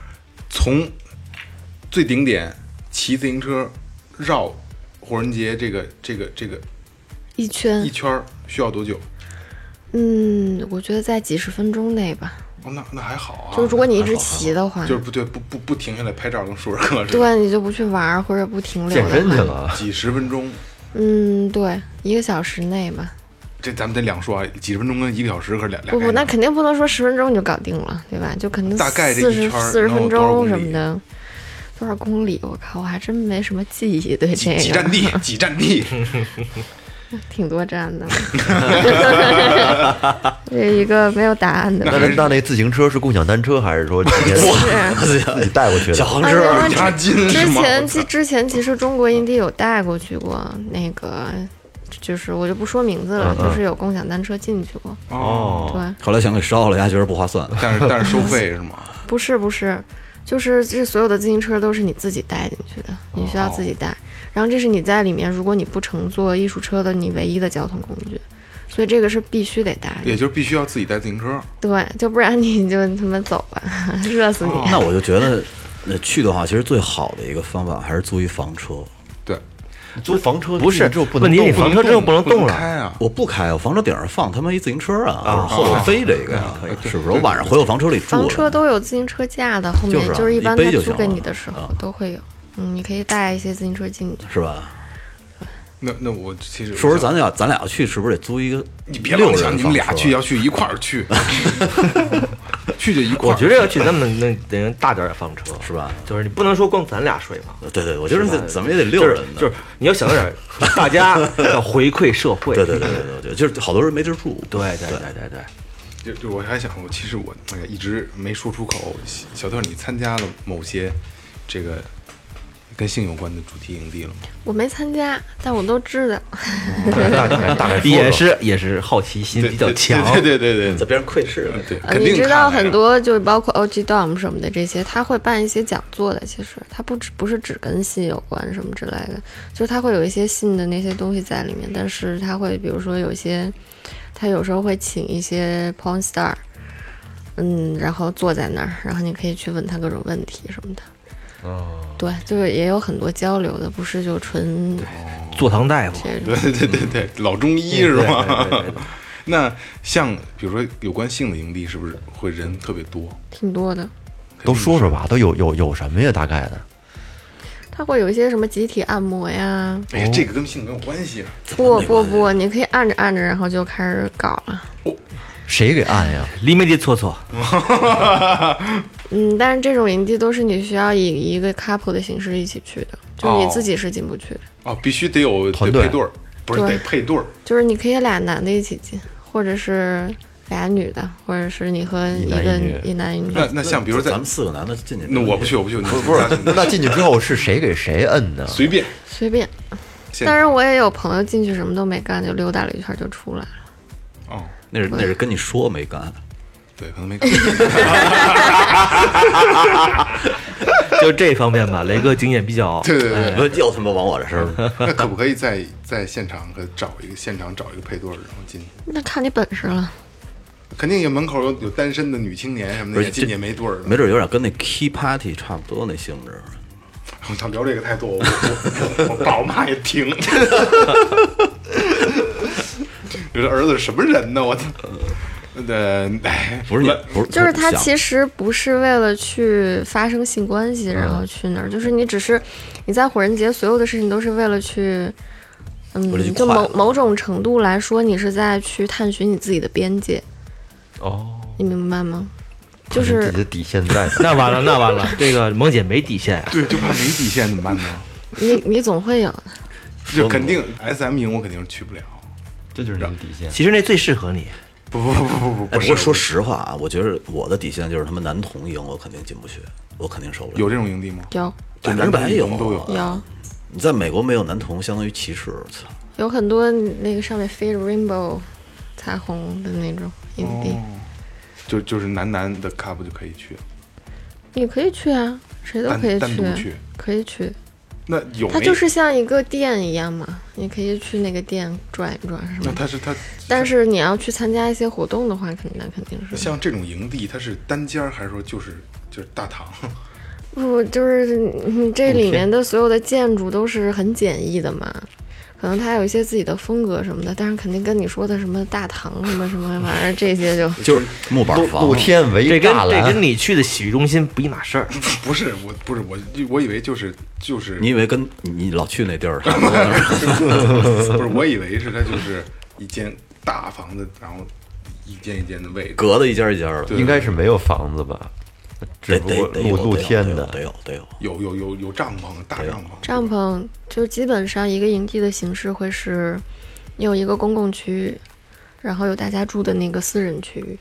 Speaker 4: 从最顶点骑自行车绕火人节这个这个这个
Speaker 7: 一圈
Speaker 4: 一，圈儿需要多久？
Speaker 7: 嗯，我觉得在几十分钟内吧。
Speaker 4: 哦，那那还好啊，
Speaker 7: 就是如果你一直骑的话，
Speaker 4: 就是不对不不不停下来拍照跟说说课似的，
Speaker 7: 对，你就不去玩儿或者不停留
Speaker 9: 健
Speaker 7: 的
Speaker 9: 身去
Speaker 7: 话，
Speaker 9: 了，
Speaker 4: 几十分钟，
Speaker 7: 嗯，对，一个小时内吧。
Speaker 4: 这咱们得两说啊，几十分钟跟一个小时可是两两
Speaker 7: 不
Speaker 4: 概
Speaker 7: 不，
Speaker 4: 念
Speaker 7: 那肯定不能说十分钟你就搞定了，对吧？就肯定
Speaker 4: 大概这
Speaker 7: 四
Speaker 4: 一
Speaker 7: 十
Speaker 4: 圈儿
Speaker 7: 四十
Speaker 4: 能有
Speaker 7: 分
Speaker 4: 多少公
Speaker 7: 钟什
Speaker 4: 里
Speaker 7: 么的，多少公里？我靠，我还真没什么记忆对这
Speaker 4: 几几站
Speaker 7: 个，
Speaker 4: 地几站
Speaker 5: (laughs)
Speaker 4: 地，
Speaker 7: 挺多
Speaker 4: (laughs)
Speaker 7: 站的。这一个没有答案的
Speaker 9: 那那
Speaker 7: 问
Speaker 9: 那那自行车是共享单车还是说直接
Speaker 7: 题。
Speaker 9: 自己带过去
Speaker 5: 小
Speaker 9: 的？
Speaker 5: 黄
Speaker 7: 而
Speaker 5: 车
Speaker 7: 且它
Speaker 4: 押金
Speaker 7: 啊之
Speaker 4: 是吗？
Speaker 7: 前其之前其实中国营地有带过去过那个就是我就不说名字了，
Speaker 9: 嗯嗯
Speaker 7: 就是有共享单车进去过。
Speaker 4: 哦，
Speaker 7: 对，
Speaker 5: 后来想给烧了，人家觉得不划算。
Speaker 4: 但 (laughs) 是但是收费是吗？
Speaker 7: 不是不是，就是这所有的自行车都是你自己带进去的，你需要
Speaker 5: 哦
Speaker 7: 自己带。然后这是你在里面，如果你不乘坐艺术车的，你唯一的交通工具，所以这个是必须得带
Speaker 4: (laughs) 也
Speaker 7: 的。
Speaker 4: 就是必须要自己带自行车。
Speaker 7: 对，就不然你就他妈走吧， (laughs) 热死你。啊
Speaker 5: 那我就觉得，呃，去的话，其实最好的一个方法还是租一房车。
Speaker 4: 对，
Speaker 9: 租房车
Speaker 6: 不是
Speaker 9: 之后不能
Speaker 6: 问题
Speaker 9: 动
Speaker 6: 你房车之后不能动了
Speaker 4: 开啊！
Speaker 5: 我不开，我房车顶上放他妈一自行车啊，后头飞着一
Speaker 4: 啊
Speaker 5: 个呀，是不是？我晚上回我房车里住了。
Speaker 7: 房车都有自行车架的，后
Speaker 5: 就
Speaker 7: 面
Speaker 5: 是啊
Speaker 7: 就是一般
Speaker 5: 一背
Speaker 7: 他
Speaker 5: 就
Speaker 7: 租
Speaker 5: 行
Speaker 7: 给
Speaker 5: 了
Speaker 7: 你的时候
Speaker 5: 啊
Speaker 7: 都会有。嗯，你可以带一些自行车进去。
Speaker 5: 是吧？
Speaker 4: 那那我其实
Speaker 5: 说实，咱俩咱俩要去，是不是得租一个？
Speaker 4: 你别
Speaker 5: 六
Speaker 4: 老
Speaker 5: 人
Speaker 4: 想
Speaker 5: 房
Speaker 4: 你们俩
Speaker 6: 啊
Speaker 5: 车
Speaker 4: 去要啊去一块儿
Speaker 6: (laughs)
Speaker 4: 去，去就一块儿。
Speaker 6: 我觉得要去咱们那得用大点儿的房车，
Speaker 5: 是吧？
Speaker 6: 就是你不能说光咱俩睡嘛，
Speaker 5: 对对，我觉得咱们也得六
Speaker 6: 就是
Speaker 5: 人的。
Speaker 6: 就是你要想点儿，大家要回馈社会。
Speaker 5: 对对对对对对，就是好多人没地儿住。
Speaker 6: 对对对对对，
Speaker 4: 就就我还想，我其实我哎呀一直没说出口。小小特，你参加了某些这个跟性有关的主题营地了吗？
Speaker 7: 我没参加，但我都知道。
Speaker 6: 大概大概也是也是好奇心比较强，
Speaker 4: 对对对
Speaker 6: (laughs)
Speaker 4: 对
Speaker 5: 在
Speaker 4: 对
Speaker 5: 边上窥视，
Speaker 4: 对，
Speaker 7: 呃，
Speaker 4: 肯定
Speaker 7: 你知
Speaker 4: 看来
Speaker 7: 道很
Speaker 4: 着
Speaker 7: 多就是包括 OG Dom 什么的这些，他会办一些讲座的。其实他不只不是只跟戏有关什么之类的，就是他会有一些信的那些东西在里面，但是他会比如说有一些，他有时候会请一些 porn star，嗯，然后坐在那儿，然后你可以去问他各种问题什么的。哦，对，就是也有很多交流的，不是就纯
Speaker 6: 坐堂大夫。
Speaker 7: 这种。
Speaker 4: 对对对对，老中医是
Speaker 6: 嗯对对对
Speaker 4: 吗
Speaker 6: 对对？
Speaker 4: 那像比如说有关性的营地，是不是会人特别多？
Speaker 6: 哦
Speaker 7: 挺多的。
Speaker 9: 都说说吧，都有有有什么呀？大概的
Speaker 7: 他会有一些什么集体按摩呀？
Speaker 4: 哎呀，这个跟性没有关系啊。
Speaker 7: 不不不，你可以按着按着，然后就开始搞了。
Speaker 9: 谁给按呀？
Speaker 6: 黎梅的搓搓，
Speaker 7: 嗯，但是这种营地都是你需要以一个 couple 的形式一起去的，就是你
Speaker 4: 哦
Speaker 7: 自己是进不去的。
Speaker 4: 哦，必须得有
Speaker 9: 团
Speaker 4: 得
Speaker 9: 队
Speaker 4: 配对儿，不是
Speaker 7: 对
Speaker 4: 得配对儿。
Speaker 7: 就是你可以俩男的一起进，或者是俩女的，或者是你和一
Speaker 9: 男
Speaker 7: 个
Speaker 9: 一女
Speaker 7: 一男一女。
Speaker 4: 那那像比如在
Speaker 5: 咱们四个男的进去，
Speaker 4: 那我不去，我不去，不
Speaker 9: 不是，那进去之后是谁给谁摁的？
Speaker 4: 随
Speaker 7: (laughs)
Speaker 4: 便。
Speaker 7: 随便。
Speaker 4: 现
Speaker 7: 当然，我也有朋友进去什么都没干，就溜达了一圈就出来了。
Speaker 4: 哦，
Speaker 5: 那是那是跟你说没干，
Speaker 4: 对，可能没。
Speaker 6: 就这方面吧，雷哥经验比较
Speaker 4: 对对对，
Speaker 5: 不哎又他妈往我这身儿了。
Speaker 4: 那 (laughs) 可不可以在在现场可找一个现场找一个配对儿，然后进去？
Speaker 7: 那看你本事了。
Speaker 4: 肯定有门口有有单身的女青年什么
Speaker 5: 不
Speaker 4: 的，
Speaker 5: 是
Speaker 4: 也进去没对儿的。
Speaker 5: 没准有点跟那 key party 差不多那性质。
Speaker 4: 我操，聊这个太多，我我我我爸我妈也听。 (laughs) 你说儿子什么人呢？我操！呃，哎，
Speaker 5: 不是你，不是，
Speaker 7: 就是他
Speaker 5: 实
Speaker 7: 其实不是为了去发生性关系，然后去那儿，就是你只是你在火人节所有的事情都是为了去，
Speaker 5: 为了去
Speaker 7: 嗯，就
Speaker 5: 快
Speaker 7: 某
Speaker 5: 乐
Speaker 7: 某种程度来说，你是在去探寻你自己的边界。哦，你明白吗？就
Speaker 9: 自
Speaker 7: 是
Speaker 9: 己的底线在哪？
Speaker 6: 那完了，那完了，这个萌姐没底线啊，
Speaker 4: 对，就怕没底线怎么办
Speaker 5: (laughs)
Speaker 4: 呢？
Speaker 7: 你你总会有的，
Speaker 4: 就肯定 S M 营我肯定是去不了。
Speaker 9: 这就是你的底线。
Speaker 6: 其实那最适合你。
Speaker 4: 不不不不不不
Speaker 5: 哎，不
Speaker 4: 是，
Speaker 5: 过说实话啊，我觉得我的底线就是他们男同营，我肯定进不去，我肯定受不了。哎
Speaker 4: 有这种营地吗？
Speaker 7: 有
Speaker 5: 百分之百有
Speaker 4: 都有。
Speaker 7: 有
Speaker 5: 你在美国没有男同，相当于歧视。我操！
Speaker 7: 有很多那个上面飞着 rainbow 彩虹的那种营地，
Speaker 4: 就就是男男的 cup 就可以去，
Speaker 7: 你可以去啊，谁都
Speaker 4: 单
Speaker 7: 可以
Speaker 4: 单
Speaker 7: 去
Speaker 4: 独
Speaker 7: 啊，
Speaker 4: 去
Speaker 7: 可以去。
Speaker 4: 那有
Speaker 7: 它
Speaker 4: 没？
Speaker 7: 就是像一个店一样嘛，你可以去那个店转一转什
Speaker 4: 那
Speaker 7: 么的。
Speaker 4: 他是他，
Speaker 7: 但是你要去参加一些活动的话，肯那肯定是
Speaker 4: 像这种营地，它是单间儿还是说就是就是大堂？ (laughs)
Speaker 7: 不就是嗯这里面的所有的建筑都是很简易的嘛，可能它有一些自己的风格什么的，但是肯定跟你说的什么大堂什么什么玩意儿这些就
Speaker 5: 就是木板房
Speaker 9: 露，天
Speaker 6: 这
Speaker 9: 围
Speaker 6: 跟
Speaker 9: 栅
Speaker 6: 这跟
Speaker 9: 栏，
Speaker 6: 你去的洗浴中心不一码事儿，
Speaker 4: 不是，我不是我，我以为就是就是
Speaker 5: 你以为跟你你老去那地儿差不多那儿？
Speaker 4: (laughs) 不是，我以为是它就是一间大房子，然后一间一间的位置。
Speaker 5: 隔的一家一家的，
Speaker 4: 对
Speaker 9: 应该是没有房子吧？只
Speaker 5: 得
Speaker 9: 不
Speaker 5: 得
Speaker 9: 过
Speaker 5: 得有
Speaker 9: 露露
Speaker 5: 得有
Speaker 9: 天
Speaker 5: 得有
Speaker 9: 的
Speaker 5: 得有得有。
Speaker 4: 有有有有帐篷，大帐篷，
Speaker 7: 帐篷就基本上一个营地的形式会是，你有一个公共区域，然后有大家住的那个私人区域。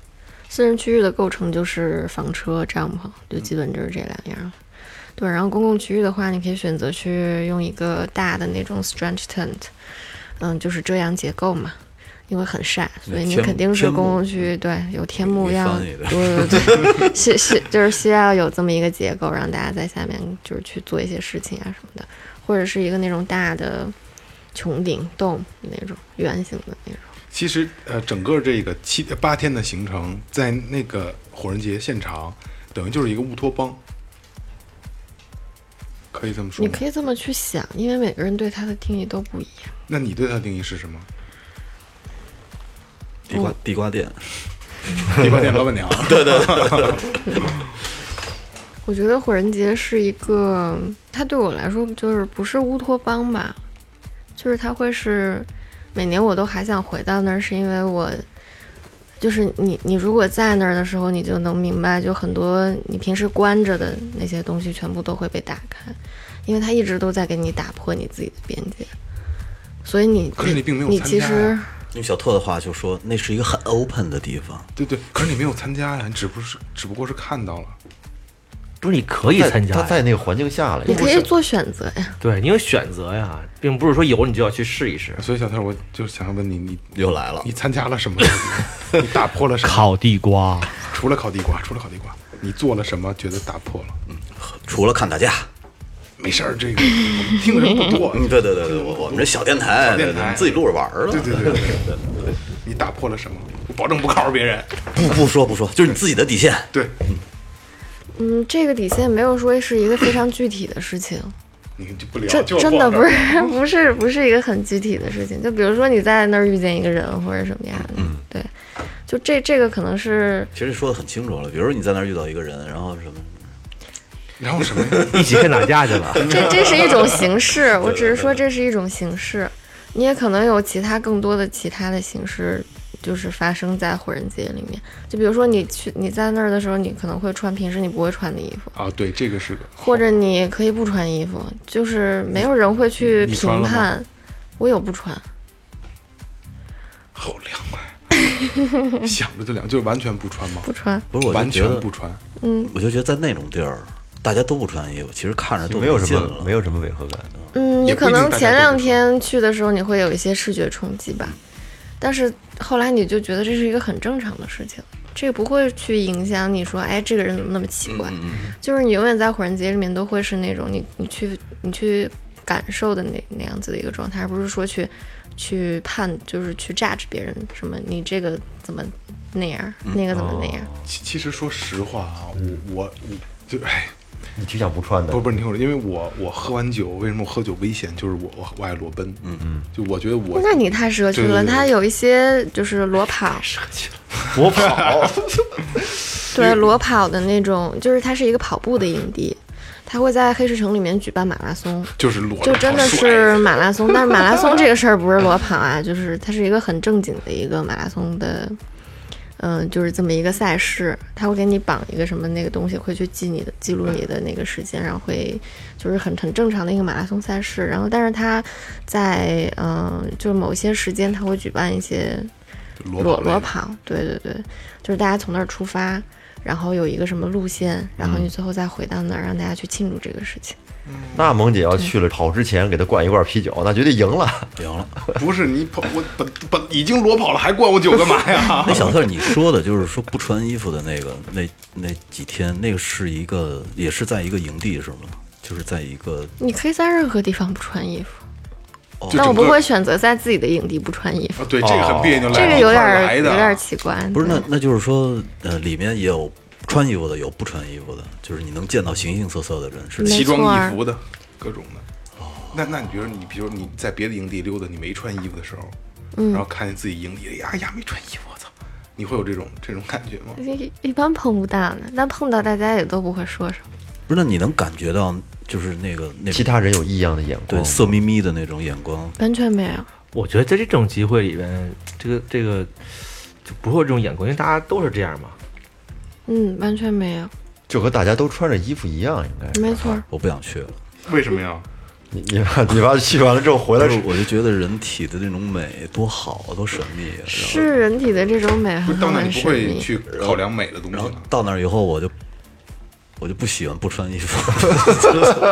Speaker 7: 私人区域的构成就是房车、帐篷，就基本就是这两样。对，然后公共区域的话，你可以选择去用一个大的那种 stretch tent，嗯，就是遮阳结构嘛，因为很晒，所以你
Speaker 5: 天
Speaker 7: 肯定是
Speaker 5: 天幕
Speaker 7: 公共区，对，有天幕
Speaker 5: 你
Speaker 7: 要，
Speaker 5: 翻译的
Speaker 7: 对对对， (laughs) 是是就是需要有这么一个结构，让大家在下面就是去做一些事情啊什么的，或者是一个那种大的穹顶洞那种圆形的那种。
Speaker 4: 其实呃，整个这个七八天的行程，在那个火人节现场，等于就是一个乌托邦，可以这么说
Speaker 7: 你
Speaker 4: 吗？
Speaker 7: 可以这么去想，因为每个人对它的定义都不一样。
Speaker 4: 那你对它的定义是什么？ (laughs)
Speaker 5: 地瓜地瓜店，
Speaker 4: 地瓜店老板娘，
Speaker 8: (laughs)
Speaker 7: 我觉得火人节是一个，它对我来说就是不是乌托邦吧，就是它会是每年我都还想回到那儿，是因为我就是你你如果在那儿的时候，你就能明白，就很多你平时关着的那些东西全部都会被打开，因为它一直都在给你打破你自己的边界，所以你
Speaker 4: 可是你并没有
Speaker 7: 你
Speaker 4: 参
Speaker 7: 其
Speaker 4: 加
Speaker 7: 实
Speaker 4: 呀
Speaker 5: 用小拓的话就说那是一个很 open 的地方，
Speaker 4: 对对，可是你没有参加呀，你只不是只不过是看到了。
Speaker 8: 不是你可以
Speaker 9: 在
Speaker 8: 参加
Speaker 9: 他
Speaker 8: 呀，
Speaker 9: 在那个环境下了
Speaker 7: 你，可以做选择呀，
Speaker 8: 对你有选择呀，并不是说有你就要去试一试。
Speaker 4: 所以小特，我就想问你，你
Speaker 5: 又来了
Speaker 4: 你。参加了
Speaker 8: (laughs)
Speaker 4: 什么？你打破了什么？
Speaker 8: 烤地瓜，
Speaker 4: 除了烤地瓜，除了烤地瓜，你做了什么？觉得打破了？
Speaker 5: 除了看打架，
Speaker 4: 没事儿，这个我们听的人不多。
Speaker 5: 嗯，对对对对，我我们这小电台，
Speaker 4: 小电台
Speaker 5: 对对对自己录着玩儿了。
Speaker 4: 对对对对对，你打破了什么？我保证不告诉别人。
Speaker 5: 不不说不说，就是你自己的底线。
Speaker 4: 对，
Speaker 7: 嗯，这个底线没有说是一个非常具体的事情。
Speaker 4: 你就不聊，
Speaker 7: 真
Speaker 4: 就
Speaker 7: 真的
Speaker 4: 忘了
Speaker 7: 不是 (laughs) 不是不是一个很具体的事情，就比如说你在那儿遇见一个人或者什么样的，
Speaker 4: 嗯
Speaker 7: 对，就这这个可
Speaker 4: (laughs)
Speaker 7: 能是
Speaker 5: 其实说的很清楚了，比如你在那儿遇到一个人，然后什么，
Speaker 4: 然后什么呀？
Speaker 8: 一起看打架去了。
Speaker 7: 这这是一种形式，我只是说这是一种形式，你也可能有其他更多的其他的形式，就是发生在火人节里面，就比如说你去你在那儿的时候，你可能会穿平时你不会穿的衣服，
Speaker 4: (laughs) 啊，对，这个是个
Speaker 7: 或者你可以不穿衣服，就是没有人会去
Speaker 4: 你你穿
Speaker 7: 评
Speaker 4: 了吗
Speaker 7: 判，我有不穿。
Speaker 4: 好凉快，想着就凉，就是完全不穿吗？
Speaker 7: 不穿，
Speaker 5: 不是我
Speaker 4: 完
Speaker 5: 就觉
Speaker 4: 全
Speaker 5: 得
Speaker 4: 不，穿，
Speaker 5: 我就觉得在那种地儿，大家都不穿衣服，其实看着都
Speaker 9: 没有什
Speaker 5: 劲
Speaker 9: 么
Speaker 5: 了。
Speaker 9: 没有什么违和感。
Speaker 7: 嗯，
Speaker 4: 也不
Speaker 7: 你可
Speaker 4: 一定
Speaker 7: 能
Speaker 4: 大家
Speaker 7: 前
Speaker 4: 都
Speaker 7: 两
Speaker 4: 会
Speaker 7: 天去的时候你会有一些视觉冲击吧，但是后来你就觉得这是一个很正常的事情，这个不会去影响你说，哎，这个人怎么那么奇
Speaker 4: 嗯
Speaker 7: 怪？就是你永远在火人节里面都会是那种你你去你去感受的那那样子的一个状态，而不是说去去判，就是去 judge 别人什么，你这个怎么那样，
Speaker 4: 嗯
Speaker 7: 那个怎
Speaker 4: 哦
Speaker 7: 么那样？
Speaker 4: 其其实说实话啊，我我我就哎，
Speaker 9: 你去想不穿的，
Speaker 4: 不是不是，你听我说，因为我我喝完酒，为什么我喝酒危险？就是我我我爱裸奔，嗯嗯，就我觉得我
Speaker 7: 那你太奢
Speaker 4: 对
Speaker 7: 求
Speaker 4: 对
Speaker 7: 了，
Speaker 4: 对
Speaker 7: 他有一些就是裸跑，
Speaker 9: 我跑，
Speaker 7: 对裸跑的那种，就是它是一个跑步的营地，它会在黑石城里面举办马拉松，
Speaker 4: 就是裸着
Speaker 7: 就真的
Speaker 4: 好帅
Speaker 7: 是马拉松。但是马拉松这个事儿不是裸跑啊，就是它是一个很正经的一个马拉松的，嗯、就是这么一个赛事，它会给你绑一个什么那个东西，会去记你的记录你的那个时间，然后会就是很很正常的一个马拉松赛事。然后，但是它在嗯、就是某些时间，它会举办一些
Speaker 4: 裸
Speaker 7: 裸
Speaker 4: 跑
Speaker 7: 裸
Speaker 4: 类的
Speaker 7: 跑，对对对，就是大家从那儿出发，然后有一个什么路线，然后你最后再回到那儿，让大家去庆祝这个事情。
Speaker 9: 那萌姐要去了，跑之前给她灌一罐啤酒，那绝对赢了。
Speaker 5: 行了，
Speaker 4: 不是你跑，我本本已经裸跑了，还灌我酒干嘛
Speaker 5: (laughs)
Speaker 4: 呀？
Speaker 5: 那小特，你说的就是说不穿衣服的那个那那几天，那个是一个也是在一个营地是吗？就是在一个
Speaker 7: 你可以在任何地方不穿衣服，
Speaker 4: 就
Speaker 7: 但我
Speaker 4: 整
Speaker 7: 不
Speaker 4: 个啊
Speaker 7: 会选择在自己的营地不穿衣服
Speaker 4: 啊，，对这个很别扭，
Speaker 7: 这
Speaker 4: (laughs) 来
Speaker 7: 个
Speaker 4: 一
Speaker 7: 有
Speaker 4: 块
Speaker 7: 点
Speaker 4: 儿
Speaker 7: 儿
Speaker 4: 来
Speaker 7: 有
Speaker 4: 的啊
Speaker 7: 点儿奇怪。
Speaker 5: 不是
Speaker 7: 对
Speaker 5: 那那就是说呃里面也有穿衣服的，有不穿衣服的，就是你能见到形形色色的人
Speaker 9: 嗯
Speaker 5: 是
Speaker 7: 没
Speaker 4: 奇装
Speaker 7: 错
Speaker 4: 异
Speaker 7: 儿
Speaker 4: 服的，各种的。那那你比如你，比如你在别的营地溜达，你没穿衣服的时候，
Speaker 7: 嗯
Speaker 4: 然后看见自己营地，哎呀哎呀没穿衣服，我操，你会有这种这种感觉吗？
Speaker 7: 一一般碰不到的，但碰到大家也都不会说什么。
Speaker 4: (laughs)
Speaker 5: 不是？那你能感觉到就是那个那
Speaker 9: 其他人有异样的眼光，
Speaker 5: 对色眯眯的那种眼光，
Speaker 7: 嗯完全没有，
Speaker 8: 我觉得在这种集会里边，这个这个就不会有这种眼光，因为大家都是这样嘛。
Speaker 7: 嗯，完全没有，
Speaker 9: 就和大家都穿着衣服一样，应该是
Speaker 7: 没错
Speaker 4: (laughs)
Speaker 7: 儿。
Speaker 5: 我不想去了。
Speaker 4: 为什么呀？
Speaker 9: 你你把你把去完了之后回来
Speaker 5: 但
Speaker 9: 是
Speaker 5: 是我就觉得人体的那种美多好，多神秘。啊然后
Speaker 7: 是人体的这种美
Speaker 4: 啊不是
Speaker 7: 很好
Speaker 4: 到那你
Speaker 7: 很
Speaker 4: 不
Speaker 7: 神
Speaker 4: 会
Speaker 7: 秘，
Speaker 4: 去考量美的东西
Speaker 5: 然后
Speaker 4: 吗？
Speaker 5: 到那儿以后，我就我就不喜欢不穿衣服。 (laughs)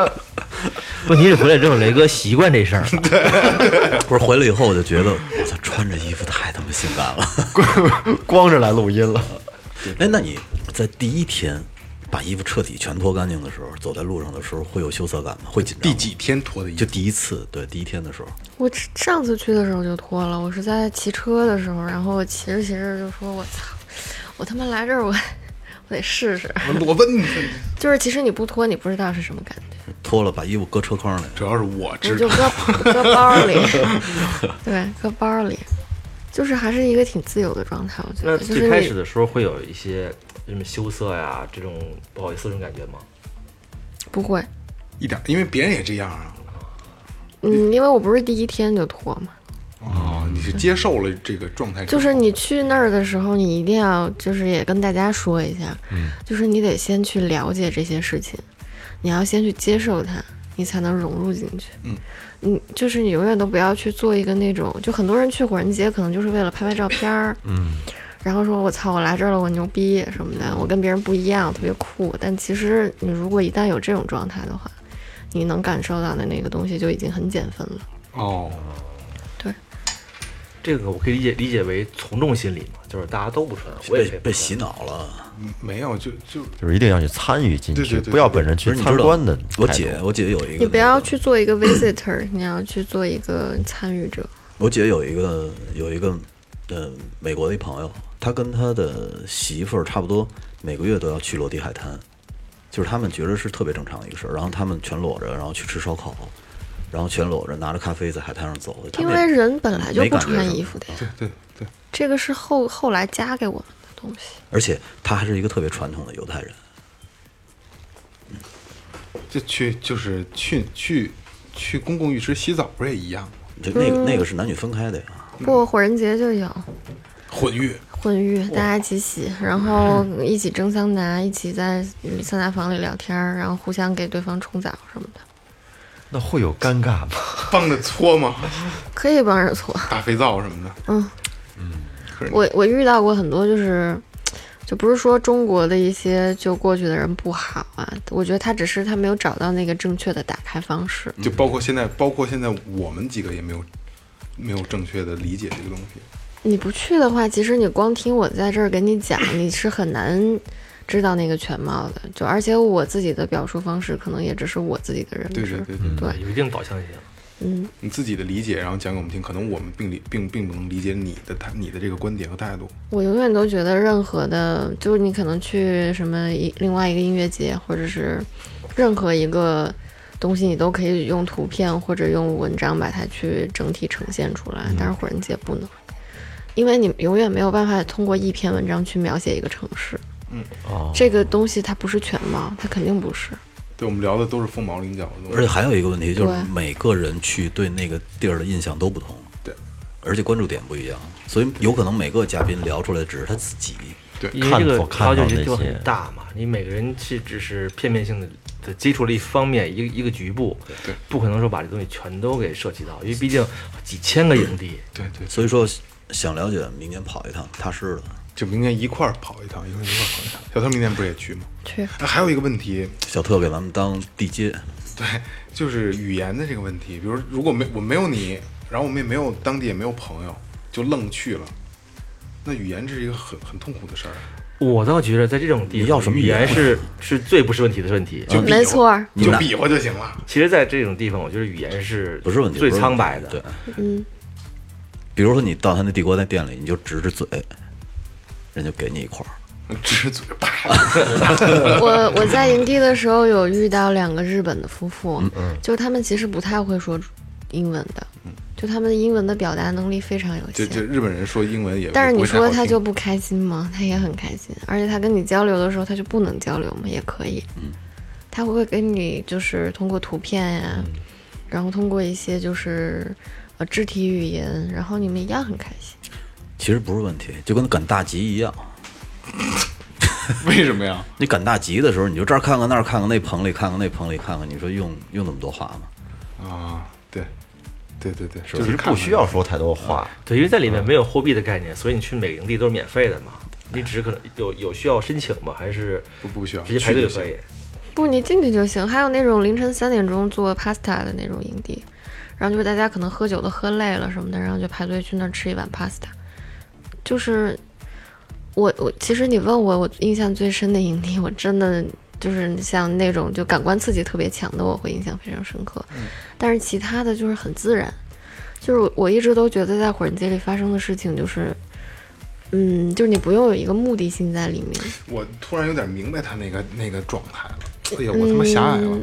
Speaker 8: 问题是回来之后，雷哥习惯这事儿了，
Speaker 5: 不是回来以后，我就觉得我操，穿着衣服太他妈性感了。
Speaker 9: 光着来录音了，
Speaker 5: 哎，那你在第一天把衣服彻底全脱干净的时候，走在路上的时候会有羞涩感吗？会紧张
Speaker 4: 第
Speaker 5: 吗？
Speaker 4: 几天脱的衣
Speaker 5: 就
Speaker 4: 服？
Speaker 5: 第一次，对，第一天的时候，
Speaker 7: 我只上次去的时候就脱了，我是在骑车的时候，然后我骑着骑着就说：“我操，我他妈来这儿我我得试试。
Speaker 4: 裸奔。”
Speaker 7: 就是其实你不脱，你不知道是什么感觉，
Speaker 5: 脱了把衣服搁车筐里，
Speaker 4: 主要是我
Speaker 7: 我
Speaker 4: 知
Speaker 7: 就
Speaker 4: 道，
Speaker 7: 搁搁包
Speaker 8: (laughs)
Speaker 7: 里，对，搁包里，就是还是一个挺自由的状态。我觉
Speaker 8: 那
Speaker 7: 得，呃就
Speaker 8: 最
Speaker 7: 是
Speaker 8: 开始
Speaker 7: 你
Speaker 8: 的时候会有一些什么羞涩呀，这种不好意思这种感觉吗？
Speaker 7: 不会，
Speaker 4: 一点，因为别人也这样啊。
Speaker 7: 嗯，因为我不是第一天就脱嘛，
Speaker 4: 哦，你是接受了这个状态之
Speaker 7: 就
Speaker 4: 后，
Speaker 7: 是你去那儿的时候，你一定要就是也跟大家说一下，就是你得先去了解这些事情，你要先去接受它，你才能融入进去。
Speaker 4: 嗯，
Speaker 7: 你就是你永远都不要去做一个那种，就很多人去火人节可能就是为了拍拍照片儿，嗯，然后说我操，我来这儿了，我牛逼什么的，我跟别人不一样，我特别酷。但其实你如果一旦有这种状态的话，你能感受到的那个东西就已经很减分了。
Speaker 4: 哦，
Speaker 8: 这个我可以理解理解为从众心理嘛，就是大家都不穿，我也可
Speaker 5: 被
Speaker 8: 以不
Speaker 5: 被
Speaker 8: 穿
Speaker 5: 洗脑了。
Speaker 4: 没有，就就
Speaker 9: 就是一定要去参与进
Speaker 4: 对对
Speaker 9: 去，
Speaker 4: 对对
Speaker 9: 不要本人
Speaker 5: 其
Speaker 9: 去
Speaker 5: 实你
Speaker 9: 参
Speaker 5: 知道
Speaker 9: 观的态度。
Speaker 5: 我姐，我姐有一个、
Speaker 7: 你不要去做一个 (coughs) visitor，你要去做一个参与者。
Speaker 5: 我姐有一个有一个呃美国的一朋友，他跟他的媳妇儿差不多，每个月都要去罗地海滩，就是他们觉得是特别正常的一个事儿。然后他们全裸着，然后去吃烧烤，然后全裸着拿着咖啡在海滩上走。他
Speaker 7: 因
Speaker 5: 们
Speaker 7: 为
Speaker 5: 也
Speaker 7: 人本来就
Speaker 5: 没
Speaker 7: 不
Speaker 5: 感觉
Speaker 7: 穿
Speaker 5: 是
Speaker 7: 衣
Speaker 5: 吧
Speaker 7: 服的呀，
Speaker 4: 对对对，
Speaker 7: 这个是后后来加给我们的东西。
Speaker 5: 而且他还是一个特别传统的犹太人，
Speaker 4: 就去就是去去去公共浴池洗澡不是也一样吗？
Speaker 5: 就那
Speaker 7: 嗯
Speaker 5: 个那个是男女分开的呀。
Speaker 7: 不，火人节就有
Speaker 4: 混浴，
Speaker 7: 混浴，大家一起洗，
Speaker 5: (laughs)
Speaker 7: 然后一起蒸桑拿，一起在桑拿房里聊天儿，然后互相给对方冲澡什么的，
Speaker 9: 那会有尴尬吗？
Speaker 4: 帮着搓吗？ (laughs)
Speaker 7: 可以帮着搓。
Speaker 4: 大肥皂什么的。
Speaker 7: 嗯
Speaker 4: 可是
Speaker 7: (laughs) 我我遇到过很多就是。就不是说中国的一些就过去的人不好啊，我觉得他只是他没有找到那个正确的打开方式。
Speaker 4: 就包括现在，包括现在我们几个也没有没有正确的理解这个东西。
Speaker 7: 你不去的话，其实你光听我在这儿给你讲，你是很难知道那个全貌的。就而且我自己的表述方式，可能也只是我自己的认
Speaker 4: 对
Speaker 7: 知
Speaker 4: 对。对对，
Speaker 7: 对
Speaker 8: 有一定导向性。
Speaker 7: 嗯，
Speaker 4: 你自己的理解，然后讲给我们听，可能我们并理并并不能理解你的态你的这个观点和态度。
Speaker 7: 我永远都觉得任何的，就是你可能去什么一另外一个音乐节，或者是任何一个东西，你都可以用图片或者用文章把它去整体呈现出来。
Speaker 4: 嗯
Speaker 7: 但是火人节不能，因为你永远没有办法通过一篇文章去描写一个城市。
Speaker 4: 嗯
Speaker 9: 哦，
Speaker 7: 这个东西它不是全貌，它肯定不是。
Speaker 4: 对我们聊的都是凤毛麟角的东
Speaker 5: 而且
Speaker 4: 西。
Speaker 5: 还有一个问题就是
Speaker 7: 对
Speaker 5: 每个人去对那个地儿的印象都不同，
Speaker 4: 对
Speaker 5: 而且关注点不一样，所以有可能每个嘉宾聊出来的只是他自己。
Speaker 8: 因为这
Speaker 9: 看
Speaker 8: 个
Speaker 9: 所看
Speaker 8: 挑
Speaker 9: 到
Speaker 8: 就
Speaker 9: 那
Speaker 8: 是就
Speaker 9: 些
Speaker 8: 很大嘛，你每个人是只是片面性的的接触了一方面一个一个局部，
Speaker 4: 对
Speaker 8: 不可能说把这东西全都给涉及到，因为毕竟几千个营地，
Speaker 4: 对对，
Speaker 5: 所以说，想了解明年跑一趟踏实的。
Speaker 4: 就明年一块儿跑一趟，一块儿一块儿跑一趟。小涛明年不是也去吗？
Speaker 7: 去
Speaker 4: 啊还有一个问题，
Speaker 5: 小特给咱们当地接，
Speaker 4: 对， (laughs) 就是语言的这个问题。比如，如果没我没有你，然后我们也没有当地也没有朋友，就愣去了，那语言这是一个很很痛苦的事儿。
Speaker 8: 我倒觉得在这种地
Speaker 5: 你
Speaker 8: 方，
Speaker 5: 要什么
Speaker 8: 语
Speaker 5: 语言啊
Speaker 8: 言是是最不是问题的问题。
Speaker 4: 就比划
Speaker 7: 没错儿
Speaker 4: 你就比划就行了。
Speaker 8: 其实，在这种地方，我觉得语言是
Speaker 5: 不是问题，
Speaker 8: 最
Speaker 5: 不是问
Speaker 8: 苍
Speaker 5: 题
Speaker 8: 白的。
Speaker 5: 对，
Speaker 7: 嗯，
Speaker 5: 比如说你到他那帝国那店里，你就指指嘴，人就给你一块儿。
Speaker 4: (laughs) 只嘴巴， (laughs)
Speaker 7: 我我在营地的时候有遇到两个日本的夫妇，
Speaker 4: 嗯
Speaker 7: 就是他们其实不太会说英文的，就他们英文的表达能力非常有
Speaker 4: 就就
Speaker 7: 限。
Speaker 4: 日本人说英文也不会太
Speaker 7: 但
Speaker 4: 好
Speaker 7: 是
Speaker 4: 听，
Speaker 7: 你说他就不开心吗？他也很开心，而且他跟你交流的时候，他就不能交流吗？也可以，
Speaker 4: 嗯
Speaker 7: 他会跟你就是通过图片呀、
Speaker 4: 嗯
Speaker 7: 然后通过一些就是呃肢体语言，然后你们一样很开心。
Speaker 5: 其实不是问题，就跟赶大集一样。
Speaker 4: (laughs) 为什么呀？
Speaker 5: 你赶大集的时候，你就这儿看看那儿看看，那棚里看看那棚里看看，你说用用那么多话吗？
Speaker 4: 啊，对，对对对，就
Speaker 9: 其
Speaker 4: 是
Speaker 9: 实
Speaker 4: 看
Speaker 9: 不
Speaker 4: 看
Speaker 9: 需要说太多话，
Speaker 4: 嗯
Speaker 8: 对，因为在里面没有货币的概念，所以你去每个营地都是免费的嘛。
Speaker 6: 你只可能有有需要申请吗？还是
Speaker 4: 哎不不需要
Speaker 6: 直接排队就可
Speaker 4: 去
Speaker 6: 以？
Speaker 7: 不，你进去就行。还有那种凌晨三点钟做 pasta 的那种营地，然后就是大家可能喝酒都喝累了什么的，然后就排队去那儿吃一碗 pasta。就是我我其实你问我我印象最深的营地，我真的就是像那种就感官刺激特别强的，我会印象非常深刻。但是其他的就是很自然，就是我我一直都觉得在火人街里发生的事情就是。嗯，就是你不用有一个目的性在里面，
Speaker 4: 我突然有点明白他那个那个状态了。哎
Speaker 7: 嗯
Speaker 4: 呀，我他妈狭隘了，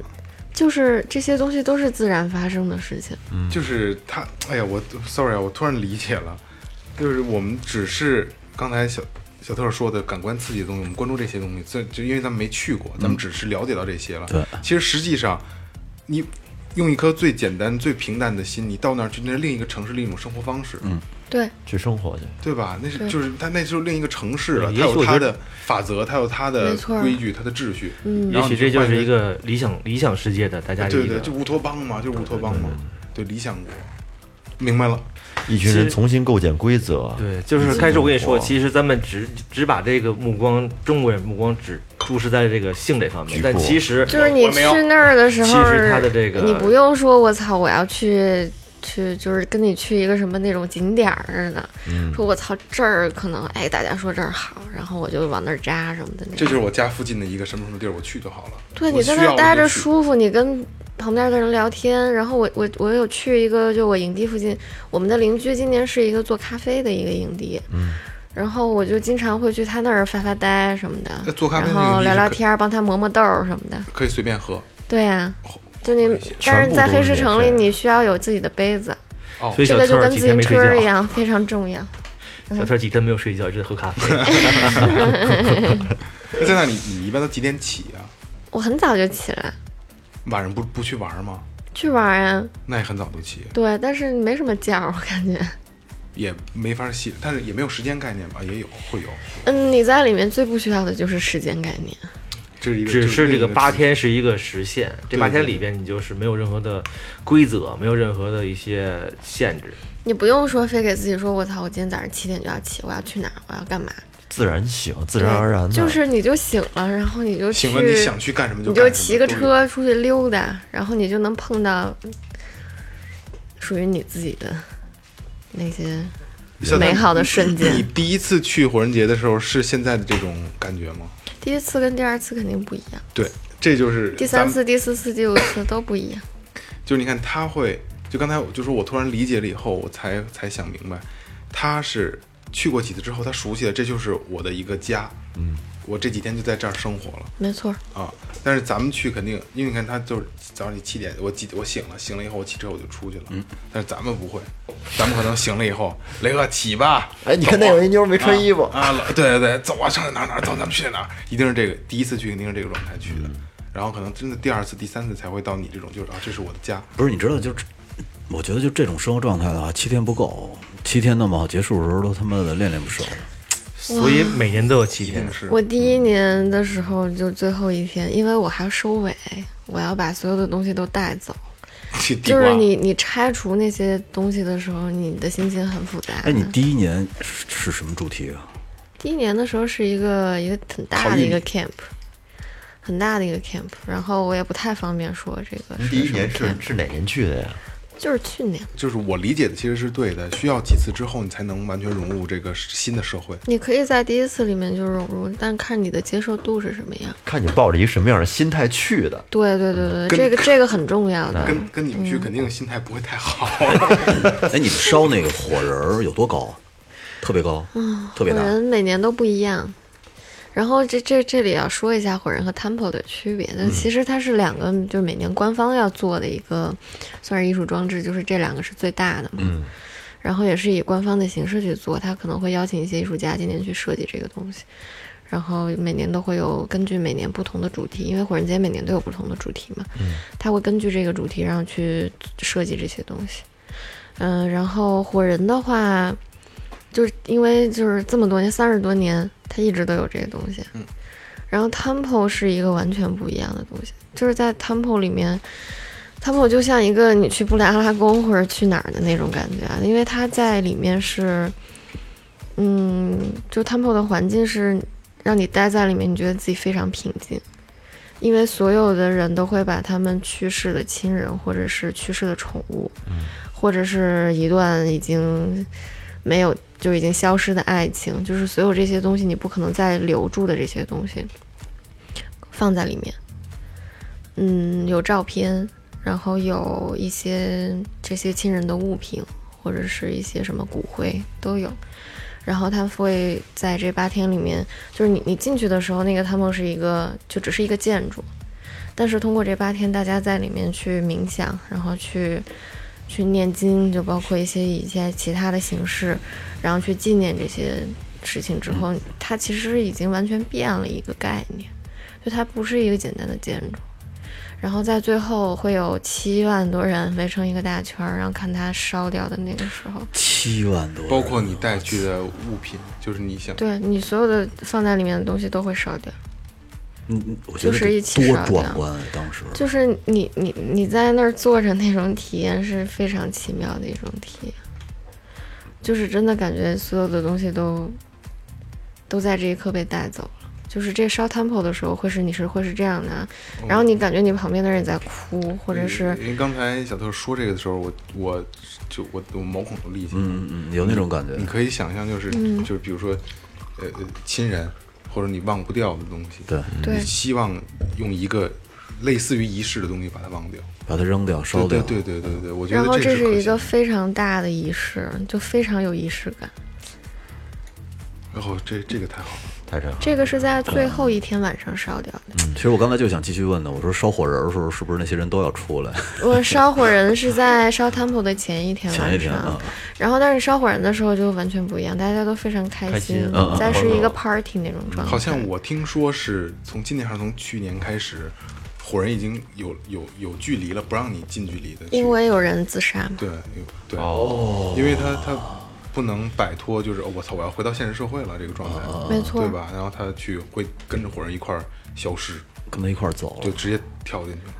Speaker 7: 就是这些东西都是自然发生的事情。
Speaker 4: 就是他，哎呀，我 sorry 啊，我突然理解了，就是我们只是刚才小小特说的感官刺激的东西，我们关注这些东西，这就因为咱们没去过，咱们只是了解到这些了。
Speaker 5: 对
Speaker 4: 其实实际上，你用一颗最简单、最平淡的心，你到那儿去，那是另一个城市，另一种生活方式。嗯。
Speaker 7: 对，
Speaker 9: 去生活去。
Speaker 4: 对吧？那是
Speaker 7: 对
Speaker 4: 就是它，那就是另一个城市了，
Speaker 6: 也
Speaker 4: 它
Speaker 6: 许
Speaker 4: 有
Speaker 6: 我
Speaker 4: 它
Speaker 6: 觉得
Speaker 4: 的法则，它有它的
Speaker 7: 没错
Speaker 4: 规矩，它的秩序。嗯
Speaker 6: 也许这就是一个理想理想世界的大家的
Speaker 4: 对
Speaker 6: 一个
Speaker 4: 对，就乌托邦嘛，就是乌托邦嘛，对理想国。明白了，
Speaker 9: 一群人重新构建规则，
Speaker 6: 对，就是开始我跟你
Speaker 4: 嗯
Speaker 6: 说，
Speaker 9: 哇
Speaker 6: 其实咱们只只把这个目光，中国人目光只注视在这个性这方面
Speaker 9: 局，
Speaker 6: 但
Speaker 9: 部
Speaker 6: 其实
Speaker 7: 就是你
Speaker 4: 我没有
Speaker 7: 去那儿的时候，
Speaker 6: 其实它的这个
Speaker 7: 你不用说“我操，我要去去”，就是跟你去一个什么那种景点儿似的，说“我操，这儿可能哎，大家说这儿好，然后我就往那儿扎什么的那
Speaker 4: 这就
Speaker 7: 种。
Speaker 4: 是我家附近的一个什么什么地儿，我去就好了。
Speaker 7: 对，
Speaker 4: 我
Speaker 7: 你在
Speaker 4: 需
Speaker 7: 那
Speaker 4: 要
Speaker 7: 儿待
Speaker 4: 我
Speaker 7: 着
Speaker 4: 就去
Speaker 7: 舒服，你跟旁边的人聊天。然后我我我有去一个，就我营地附近，我们的邻居今年是一个做咖啡的一个营地，嗯，然后我就经常会去他那儿发发呆什么的
Speaker 4: 那，做咖啡
Speaker 7: 然
Speaker 4: 那个营
Speaker 7: 后
Speaker 4: 地
Speaker 7: 聊
Speaker 4: 是
Speaker 7: 聊
Speaker 4: 可
Speaker 7: 天儿，帮他磨磨豆儿什么的。
Speaker 4: 可以随便喝。
Speaker 7: 对呀、
Speaker 4: 哦
Speaker 7: 就你，但
Speaker 9: 全
Speaker 7: 是
Speaker 9: 部
Speaker 7: 在
Speaker 9: 都
Speaker 7: 黑
Speaker 9: 是
Speaker 7: 市
Speaker 9: 免
Speaker 7: 城里，
Speaker 9: 费的
Speaker 7: 你需要有自己的杯子，
Speaker 6: 所以
Speaker 7: 这
Speaker 6: 小
Speaker 7: 个
Speaker 6: 特
Speaker 7: 就
Speaker 6: 儿
Speaker 7: 跟
Speaker 6: 几
Speaker 7: 自
Speaker 6: 天
Speaker 7: 行
Speaker 6: 没睡
Speaker 7: 车儿一
Speaker 6: 觉，
Speaker 7: 样，非常重要。
Speaker 6: 小特儿几天没有睡觉，就在喝咖啡。
Speaker 4: 那在那你你一般都几点起啊？
Speaker 7: 我很早就起来
Speaker 4: 晚上不不去玩吗？
Speaker 7: 去玩儿呀，
Speaker 4: 那也很早就起，
Speaker 7: 对，但是没什么觉儿，我感觉。
Speaker 4: 也没法洗，但是也没有时间概念吧？也有会有，
Speaker 7: 嗯，你在里面最不需要的就是时间概念。
Speaker 4: 这是一个
Speaker 6: 只是这
Speaker 4: 另一
Speaker 6: 个
Speaker 4: 个
Speaker 6: 八
Speaker 4: 词
Speaker 6: 天是一个时限，这
Speaker 4: 对
Speaker 6: 八天
Speaker 4: 对
Speaker 6: 里边你就是没有任何的规则，没有任何的一些限制。
Speaker 7: 你不用说非给自己说，我操，我今天早上七点就要起，我要去哪儿，我要干嘛，
Speaker 9: 自然醒，自然而然的。
Speaker 7: 就是你就醒了，然后你就去
Speaker 4: 醒了，你想去干什么
Speaker 7: 你
Speaker 4: 干什么。
Speaker 7: 骑个
Speaker 4: 都有，
Speaker 7: 车出去溜达，然后你就能碰到属于你自己的那些
Speaker 4: 像
Speaker 7: 美
Speaker 4: 咱
Speaker 7: 好的瞬
Speaker 4: 你
Speaker 7: 间。
Speaker 4: 第一次去火人节的时候是现在的这种感觉吗？
Speaker 7: 第一次跟第二次肯定不一样，
Speaker 4: 对，这就是
Speaker 7: 第
Speaker 4: 咱
Speaker 7: 三
Speaker 4: 们
Speaker 7: 次、第四次、第五次都不一样。
Speaker 4: 就是你看他会，就刚才我就说我突然理解了以后，我才才想明白，他是去过几次之后，他熟悉了，这就是我的一个家，嗯，我这几天就在这儿生活了
Speaker 7: 没错，
Speaker 4: 啊。但是咱们去肯定，因为你看他就是早上你七点，我几我醒了，醒了以后我骑车我就出去了，嗯，但是咱们不会，咱们可能醒了以后，雷哥起吧，
Speaker 9: 哎，你看那有一妞没穿衣服，
Speaker 4: 啊，老对对对，走啊，上哪儿哪儿走，咱们去哪儿，一定是这个第一次去，肯定是这个状态去的。然后可能真的第二次、第三次才会到你这种，就是啊，这是我的家，
Speaker 5: 不是，你知道就，我觉得就这种生活状态的话，七天不够，七天那么好结束的时候都他妈的恋恋不舍。
Speaker 6: 所以每年都有七天
Speaker 4: 定，是
Speaker 7: 我第一年的时候就最后一天，因为我还要收尾，我要把所有的东西都带走。
Speaker 4: 去地
Speaker 7: 就
Speaker 4: 瓜。
Speaker 7: 是你你拆除那些东西的时候，你的心情很复杂的。
Speaker 5: 哎，你第一年是是什么主题啊？ (laughs)
Speaker 7: 第一年的时候是一个一个很大的一个 camp，很大的一个 camp，然后我也不太方便说这个是
Speaker 9: 第一
Speaker 7: 什么
Speaker 9: 年是
Speaker 7: camp，
Speaker 9: 是哪年去的呀？
Speaker 7: 就是去年，
Speaker 4: 就是我理解的其实是对的，需要几次之后你才能完全融入这个新的社会。
Speaker 7: 你可以在第一次里面就融入，但看你的接受度是什么样。
Speaker 9: 看你抱着一个什么样的心态去的。
Speaker 7: 对对对对，
Speaker 4: 跟
Speaker 7: 这个这个很重要的。
Speaker 4: 跟跟你们去
Speaker 7: 嗯
Speaker 4: 肯定心态不会太好，
Speaker 5: 哎，你们烧那个火人儿有多高？特别高，特别
Speaker 7: 嗯火
Speaker 5: 大。
Speaker 7: 人每年都不一样。然后这这这里要说一下火人和 Temple 的区别，
Speaker 5: 嗯
Speaker 7: 但其实它是两个，就是每年官方要做的一个，算是艺术装置，就是这两个是最大的嘛。嗯。然后也是以官方的形式去做，他可能会邀请一些艺术家今年去设计这个东西，然后每年都会有根据每年不同的主题，因为火人节每年都有不同的主题嘛，嗯，他会根据这个主题然后去设计这些东西。嗯、然后火人的话，就是因为就是这么多年，三十多年，它一直都有这个东西。嗯。然后 Temple 是一个完全不一样的东西，就是在 Temple 里面，Temple 就像一个你去布达拉宫或者去哪儿的那种感觉啊，因为它在里面是，嗯，就 temple 的环境是让你待在里面，你觉得自己非常平静，因为所有的人都会把他们去世的亲人，或者是去世的宠物，或者是一段已经没有就已经消失的爱情，就是所有这些东西，你不可能再留住的这些东西，放在里面。嗯，有照片，然后有一些这些亲人的物品，或者是一些什么骨灰都有。然后他会在这八天里面，就是你你进去的时候，那个 temple 是一个就只是一个建筑，但是通过这八天，大家在里面去冥想，然后去去念经，就包括一些一些其他的形式，然后去纪念这些事情之后，它其实已经完全变了一个概念，就它不是一个简单的建筑。然后在最后会有七万多人围成一个大圈儿，然后看它烧掉的那个时候，
Speaker 5: 七万多
Speaker 4: (laughs)
Speaker 5: 人，
Speaker 4: 包括你带去的物品，就是你想
Speaker 7: 对你所有的放在里面的东西都会烧掉。
Speaker 5: 嗯，我觉
Speaker 7: 就
Speaker 5: 得
Speaker 7: 是
Speaker 5: 得
Speaker 7: 一起
Speaker 5: 多
Speaker 7: 烧
Speaker 5: 壮
Speaker 7: 掉
Speaker 5: 观啊，当时
Speaker 7: 就是你你你在那儿坐着那种体验是非常奇妙的一种体验，就是真的感觉所有的东西都都在这一刻被带走了。就是这烧 temple 的时候，会是你是会是这样的啊，然后你感觉你旁边的人也在哭，或者是
Speaker 4: 因为刚才小特说这个的时候，我我就我我毛孔都立起来了。
Speaker 5: 嗯嗯，有那种感觉
Speaker 4: 你。可以想象，就是、
Speaker 7: 嗯
Speaker 4: 就是比如说，呃，呃亲人或者你忘不掉的东西，
Speaker 5: 对，
Speaker 7: 对
Speaker 4: 你希望用一个类似于仪式的东西把它忘掉。
Speaker 5: 把它扔掉、烧
Speaker 4: 对
Speaker 5: 掉，
Speaker 4: 对对对对对，我觉
Speaker 7: 然
Speaker 4: 得
Speaker 7: 后这
Speaker 4: 是可
Speaker 7: 是一
Speaker 4: 行
Speaker 7: 个
Speaker 4: 的。
Speaker 7: 非常大的仪式，就非常有仪式感。
Speaker 4: 然后这这个太好了，
Speaker 9: 太震撼了。
Speaker 7: 这个是在最后一天晚上烧掉的。
Speaker 5: 嗯其实我刚才就想继续问呢，我说烧火人儿的时候，是不是那些人都要出来？
Speaker 7: 我烧火人是在烧 temple 的前一天
Speaker 5: 前一
Speaker 7: 晚
Speaker 5: 天
Speaker 7: 上
Speaker 5: 啊，，
Speaker 7: 然后但是烧火人的时候就完全不一样，大家都非常开
Speaker 8: 开
Speaker 7: 心
Speaker 8: 心，
Speaker 5: 嗯嗯
Speaker 7: 再是
Speaker 5: 嗯
Speaker 7: 一个 party 那种状态。
Speaker 4: 好像我听说是从今年还是从去年开始，火人已经有有有距离了，不让你近距离的去。
Speaker 7: 因为有人自杀嘛，
Speaker 4: 对有对哦，因为他他不能摆脱，就是哦我操，我要回到现实社会了这个状态，
Speaker 7: 没错
Speaker 4: 对吧？然后他去会跟着火人一块儿消失，
Speaker 5: 跟他一块儿走
Speaker 4: 就
Speaker 5: 了。
Speaker 4: 直接跳进去了。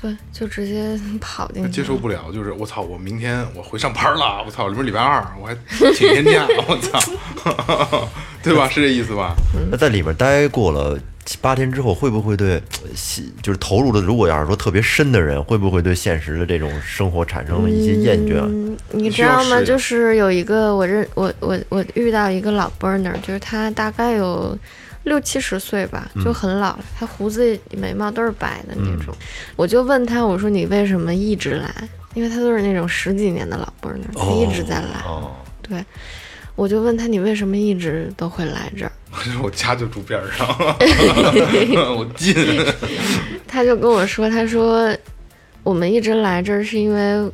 Speaker 7: 对，就直接 (laughs) 跑进
Speaker 4: 他
Speaker 7: 去。
Speaker 4: 接受不了，就是我操，我明天我回上班了，我操，明儿礼拜二，我还请天
Speaker 7: (laughs)
Speaker 4: 假，我操， (laughs) 对吧？是这意思吧？ (laughs)
Speaker 9: 那在里面待过了七八天之后，会不会对呃西就是投入的，如果要是说特别深的人，会不会对现实的这种生活产生了一些厌倦？啊
Speaker 7: 嗯，你
Speaker 4: 需
Speaker 7: 知
Speaker 4: 要
Speaker 7: 道吗？
Speaker 4: 适应
Speaker 7: 就是有一个我认我我我遇到一个老 burner，就是他大概有六七十岁吧，
Speaker 4: 嗯
Speaker 7: 就很老了，他胡子眉毛都是白的那种。我就问他，我说你为什么一直来？因为他都是那种十几年的老 burner，他一直
Speaker 4: 哦
Speaker 7: 在来。对，我就问他你为什么一直都会来这儿？
Speaker 4: 我这我家就住边上， (laughs) 我近，
Speaker 7: 他就跟我说，他说我们一直来这儿是因为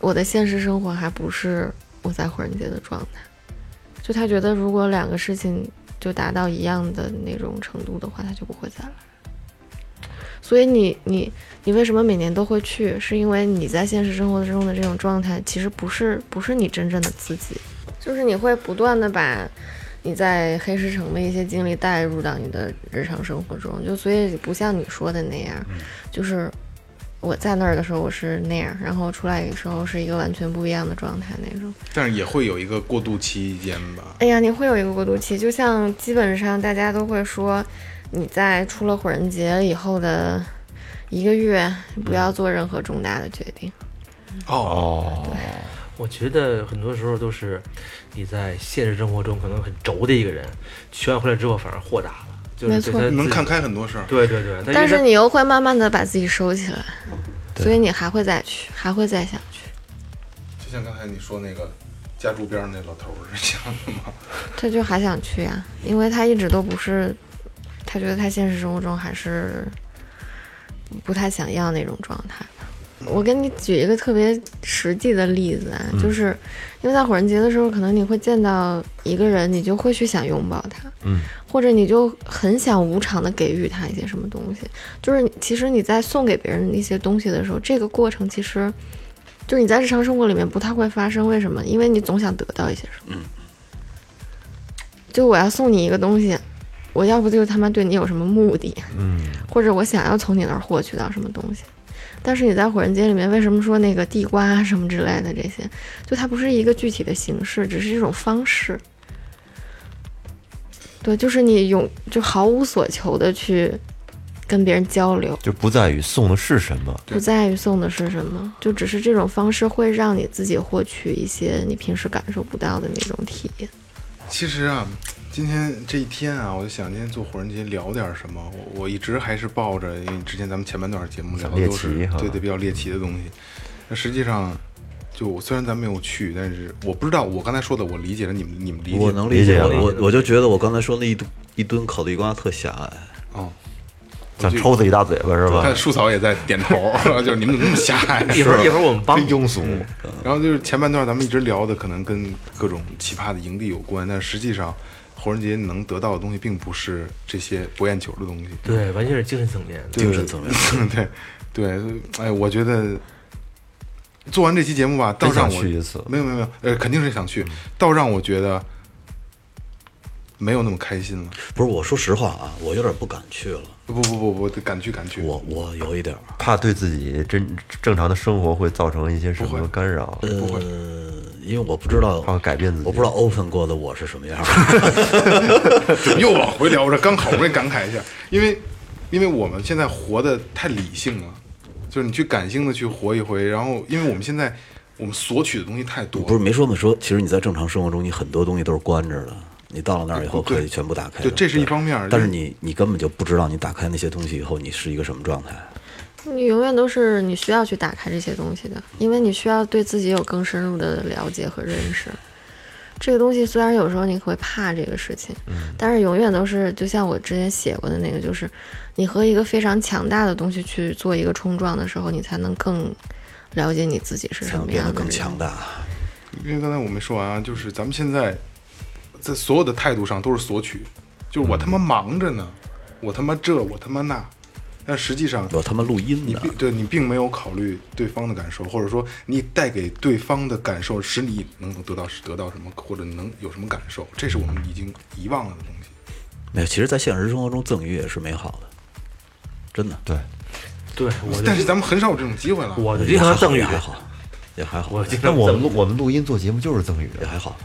Speaker 7: 我的现实生活还不是我在火人节的状态，就他觉得如果两个事情就达到一样的那种程度的话，他就不会再来。所以你你你为什么每年都会去？是因为你在现实生活中的这种状态，其实不是不是你真正的自己，就是你会不断的把你在黑石城的一些经历带入到你的日常生活中，就所以不像你说的那样，就是我在那儿的时候我是那样，然后出来的时候是一个完全不一样的状态那种。
Speaker 4: 但是也会有一个过渡期间吧。
Speaker 7: 哎呀，你会有一个过渡期，就像基本上大家都会说，你在出了火人节以后的一个月，不要做任何重大的决定。
Speaker 4: 哦，
Speaker 8: 我觉得很多时候都是你在现实生活中可能很轴的一个人，学完回来之后反而豁达了，就是
Speaker 7: 没
Speaker 8: 对
Speaker 7: 错
Speaker 8: 他自己
Speaker 4: 能看。开很多事儿。
Speaker 8: 对对对，因为
Speaker 7: 但是
Speaker 8: 他
Speaker 7: 你又会慢慢的把自己收起来，所以你还会再去，还会再想去。
Speaker 4: 就像刚才你说那个家住边上那老头儿是这样 (laughs) 的吗？
Speaker 7: 他就还想去呀、因为他一直都不是，他觉得他现实生活中还是不太想要那种状态吧。我跟你举一个特别实际的例子啊，就是因为在火人节的时候，可能你会见到一个人，你就会去想拥抱他，
Speaker 9: 嗯，
Speaker 7: 或者你就很想无偿的给予他一些什么东西。就是你其实你在送给别人一些东西的时候，这个过程其实就是你在日常生活里面不太会发生，为什么？因为你总想得到一些什么。就我要送你一个东西，我要不就是他妈对你有什么目的，
Speaker 9: 嗯，
Speaker 7: 或者我想要从你那儿获取到什么东西。但是你在火人节里面，为什么说那个地瓜啊什么之类的这些，就它不是一个具体的形式，只是一种方式。对，就是你永就毫无所求的去跟别人交流，
Speaker 9: 就不在于送的是什么，
Speaker 7: 不在于送的是什么，就只是这种方式会让你自己获取一些你平时感受不到的那种体验。
Speaker 4: 其实啊，今天这一天啊，我就想今天做火人节聊点什么。我我一直还是抱着，因为之前咱们前半段节目聊的都是
Speaker 9: 猎奇哈
Speaker 4: 对对比较猎奇的东西。那实际上，就虽然咱没有去，但是我不知道我刚才说的，我理解了你们你们理解吗
Speaker 5: 我能理解，
Speaker 9: 理解
Speaker 5: 我
Speaker 9: 了
Speaker 5: 我我就觉得我刚才说那一吨一吨烤地瓜特狭隘，
Speaker 4: 哦。
Speaker 9: 想抽自己大嘴巴是吧
Speaker 4: 看？树草也在点头， (laughs) 就是你们怎么那么狭隘？
Speaker 6: 一会儿一会儿我们帮嗯
Speaker 9: 真庸俗，
Speaker 4: 然后就是前半段咱们一直聊的，可能跟各种奇葩的营地有关，但实际上，火人节能得到的东西并不是这些博眼球的东西。 (laughs)
Speaker 6: 对，完全是精神层面的。
Speaker 4: 对
Speaker 5: 精神层面。
Speaker 4: 对，对，哎，我觉得做完这期节目吧，倒
Speaker 9: 真
Speaker 4: 让
Speaker 9: 想
Speaker 4: 我
Speaker 9: 去一次。嗯
Speaker 4: 没有没有没有，呃，肯定是想去，倒让我觉得没有那么开心了。
Speaker 5: 不是，我说实话啊，我有点不敢去了，
Speaker 4: 不不不不，敢去敢去。
Speaker 5: 我我有一点儿，
Speaker 9: 怕对自己真正常的生活会造成一些什
Speaker 4: 不会
Speaker 9: 么干扰，
Speaker 4: 不会，
Speaker 5: 呃因为我不知道
Speaker 9: 怕会改变自己。
Speaker 5: 我不知道 open 过的我是什么样儿。
Speaker 4: (laughs) 怎么又往回聊着？刚好我也感慨一下，因为因为我们现在活得太理性了，就是你去感性的去活一回，然后因为我们现在我们索取的东西太多了，
Speaker 5: 不是没说吗？说其实你在正常生活中，你很多东西都是关着的。你到了那儿以后，
Speaker 4: 对
Speaker 5: 可以全部打开的。
Speaker 4: 对这是一方面儿
Speaker 5: 但是你你根本就不知道，你打开那些东西以后，你是一个什么状态。
Speaker 7: 你永远都是你需要去打开这些东西的，因为你需要对自己有更深入的了解和认识。这个东西虽然有时候你会怕这个事情，
Speaker 5: 嗯
Speaker 7: 但是永远都是就像我之前写过的那个，就是你和一个非常强大的东西去做一个冲撞的时候，你才能更了解你自己是
Speaker 5: 才
Speaker 7: 什
Speaker 5: 能
Speaker 7: 么
Speaker 5: 变
Speaker 7: 样
Speaker 5: 得
Speaker 7: 的
Speaker 5: 更
Speaker 7: 人
Speaker 5: 强。大。
Speaker 4: 因为刚才我没说完啊，就是咱们现在在所有的态度上都是索取，就是我他
Speaker 5: 嗯
Speaker 4: 妈忙着呢，我他妈这，我他妈那，但实际上
Speaker 5: 我他妈录音
Speaker 4: 你
Speaker 5: 呢
Speaker 4: 并，对你并没有考虑对方的感受，或者说你带给对方的感受，使你能得到得到什么，或者你能有什么感受，这是我们已经遗忘了的东西。
Speaker 5: 没有。其实，在现实生活中，赠予也是美好的，真的。
Speaker 9: 对，
Speaker 6: 对，我
Speaker 4: 但是
Speaker 6: 就
Speaker 4: 咱们很少有这种机会了。
Speaker 6: 我就
Speaker 5: 也
Speaker 6: 经常
Speaker 5: 还好
Speaker 6: 赠予
Speaker 5: 也，还好，也还好，
Speaker 6: 我经
Speaker 9: 那
Speaker 6: 常
Speaker 9: 我
Speaker 6: 赠
Speaker 9: 们录我们录音做节目就是赠予
Speaker 5: 也
Speaker 9: 的，
Speaker 5: 还好。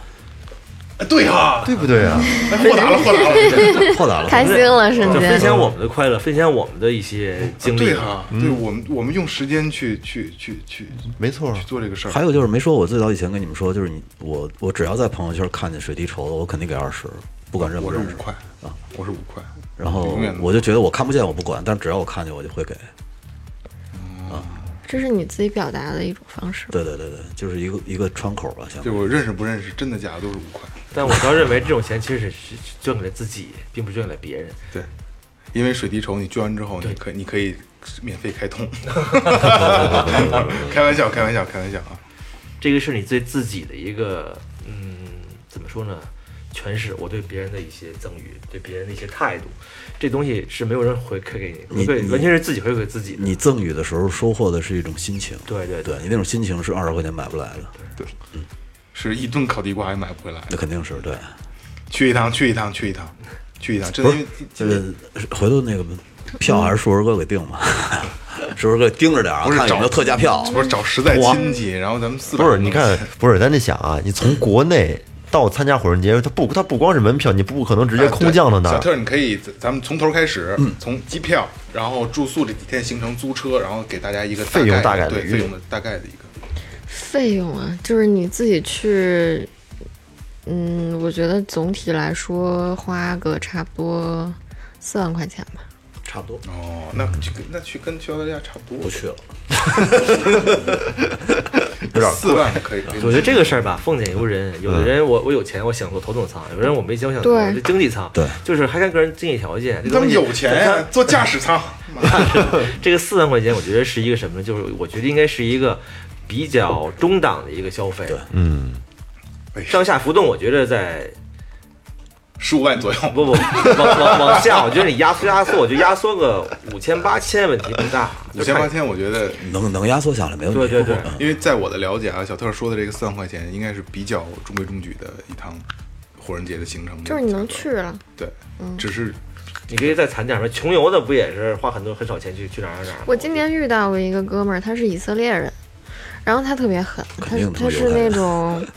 Speaker 4: 哎对哈、
Speaker 9: 对不对 (laughs) 啊？
Speaker 4: 哎豁达了，豁达了，
Speaker 5: 炮
Speaker 7: (laughs)
Speaker 5: 打了，
Speaker 7: 开心了，瞬
Speaker 6: 就分
Speaker 7: 间。
Speaker 6: 享我们的快乐，分享我们的一些经历嗯
Speaker 4: 对。啊哈、对我们我们用时间去去去去
Speaker 9: 没错
Speaker 4: 去，做这个事儿，
Speaker 5: 还有就是没说，我最早以前跟你们说，就是你我我只要在朋友圈看见水滴筹子，我肯定给二十，不管认不
Speaker 4: 我是
Speaker 5: 认
Speaker 4: 五
Speaker 5: 识。
Speaker 4: 块啊，我是五块，
Speaker 5: 然后
Speaker 4: 永远的
Speaker 5: 我就觉得我看不见我不管，但只要我看见我就会给。
Speaker 7: 这是你自己表达的一种方式。
Speaker 5: 对对对对，就是一个一个窗口吧，像
Speaker 4: 就我认识不认识，真的假的都是五块。
Speaker 6: 但我倒认为这种钱其实是是捐给了自己，并不是捐给了别人。
Speaker 4: 对，因为水滴筹你捐完之后，你可以你可以免费开
Speaker 6: (laughs)
Speaker 4: 通。 (laughs) 开玩笑，开玩笑，开玩笑啊！
Speaker 6: 这个是你对自己的一个，嗯，怎么说呢？诠释我对别人的一些赠予，对别人的一些态度，这东西是没有人回馈给你，
Speaker 5: 你
Speaker 6: 回馈
Speaker 5: 你
Speaker 6: 完全是自己回馈自己的。
Speaker 5: 你赠予的时候，收获的是一种心情。
Speaker 6: 对对
Speaker 5: 对，你那种心情是二十块钱买不来的，
Speaker 4: 对，是一顿烤地瓜也买不回来。
Speaker 5: 那肯定是对。
Speaker 4: 去一趟，去一趟，去一趟，去一趟，真的因为
Speaker 5: 这个呃回头那个票还是硕儿哥给 (laughs) 定吧，硕儿哥盯着点啊，
Speaker 4: 不是
Speaker 5: 看有没有
Speaker 4: 找
Speaker 5: 特价票。
Speaker 4: 不是找实在亲戚，然后咱们四百
Speaker 9: 不是，你看，不是，咱得想啊，你从国内到参加火人节，它不，它不光是门票，你不可能直接空降到那
Speaker 4: 哎小
Speaker 9: 儿。
Speaker 4: 特，你可以咱咱们从头开始，从机票，然后住宿这几天行程、租车，然后给大家一个
Speaker 9: 费用大概的
Speaker 4: 对
Speaker 9: 一个
Speaker 4: 费用的大概的一个。
Speaker 7: 费用啊，就是你自己去，嗯，我觉得总体来说花个差不多四万块钱
Speaker 5: 嗯
Speaker 7: 吧。
Speaker 5: 差不多，
Speaker 4: 哦，那去跟那去跟去澳大利亚差不多
Speaker 5: 不，去了。
Speaker 4: 四万可以。可以
Speaker 6: 我觉得这个事儿吧，凤姐由人，有
Speaker 5: 嗯
Speaker 6: 的人我我有钱，我想做头等舱；有人我没钱，我想做
Speaker 7: 对
Speaker 6: 经济舱。
Speaker 5: 对
Speaker 6: 就是还看个人经济条件。这
Speaker 4: 他
Speaker 6: 东
Speaker 4: 们
Speaker 6: 西
Speaker 4: 有钱呀，坐驾
Speaker 9: (laughs)
Speaker 4: 驶舱。妈
Speaker 6: (laughs) 这个四万块钱，我觉得是一个什么呢？就是我觉得应该是一个比较中档的一个消费，
Speaker 9: 嗯，
Speaker 4: 哎
Speaker 6: 上下浮动，我觉得在
Speaker 4: 十五万左右。
Speaker 6: 不不往往往下，我觉得你压缩压缩，我就压缩个五千八千，问题不大。
Speaker 4: 五千八千，我觉得，
Speaker 5: 能能压缩下来没问题。
Speaker 6: 对对对
Speaker 5: 嗯
Speaker 4: 因为在我的了解啊，小特说的这个四万块钱，应该是比较中规中矩的一趟火人节的行程。
Speaker 7: 就是你能去，嗯了，
Speaker 4: 对，只是
Speaker 6: 你可以再惨点儿呗，穷游的不也是花很多很少钱去去哪儿哪儿哪儿吗？
Speaker 7: 我今年遇到过一个哥们儿，他是以色列人，然后他特别狠，他
Speaker 5: 肯定他
Speaker 7: 他
Speaker 5: 妈
Speaker 7: 是
Speaker 5: 犹太
Speaker 7: 那
Speaker 5: 人
Speaker 7: 种，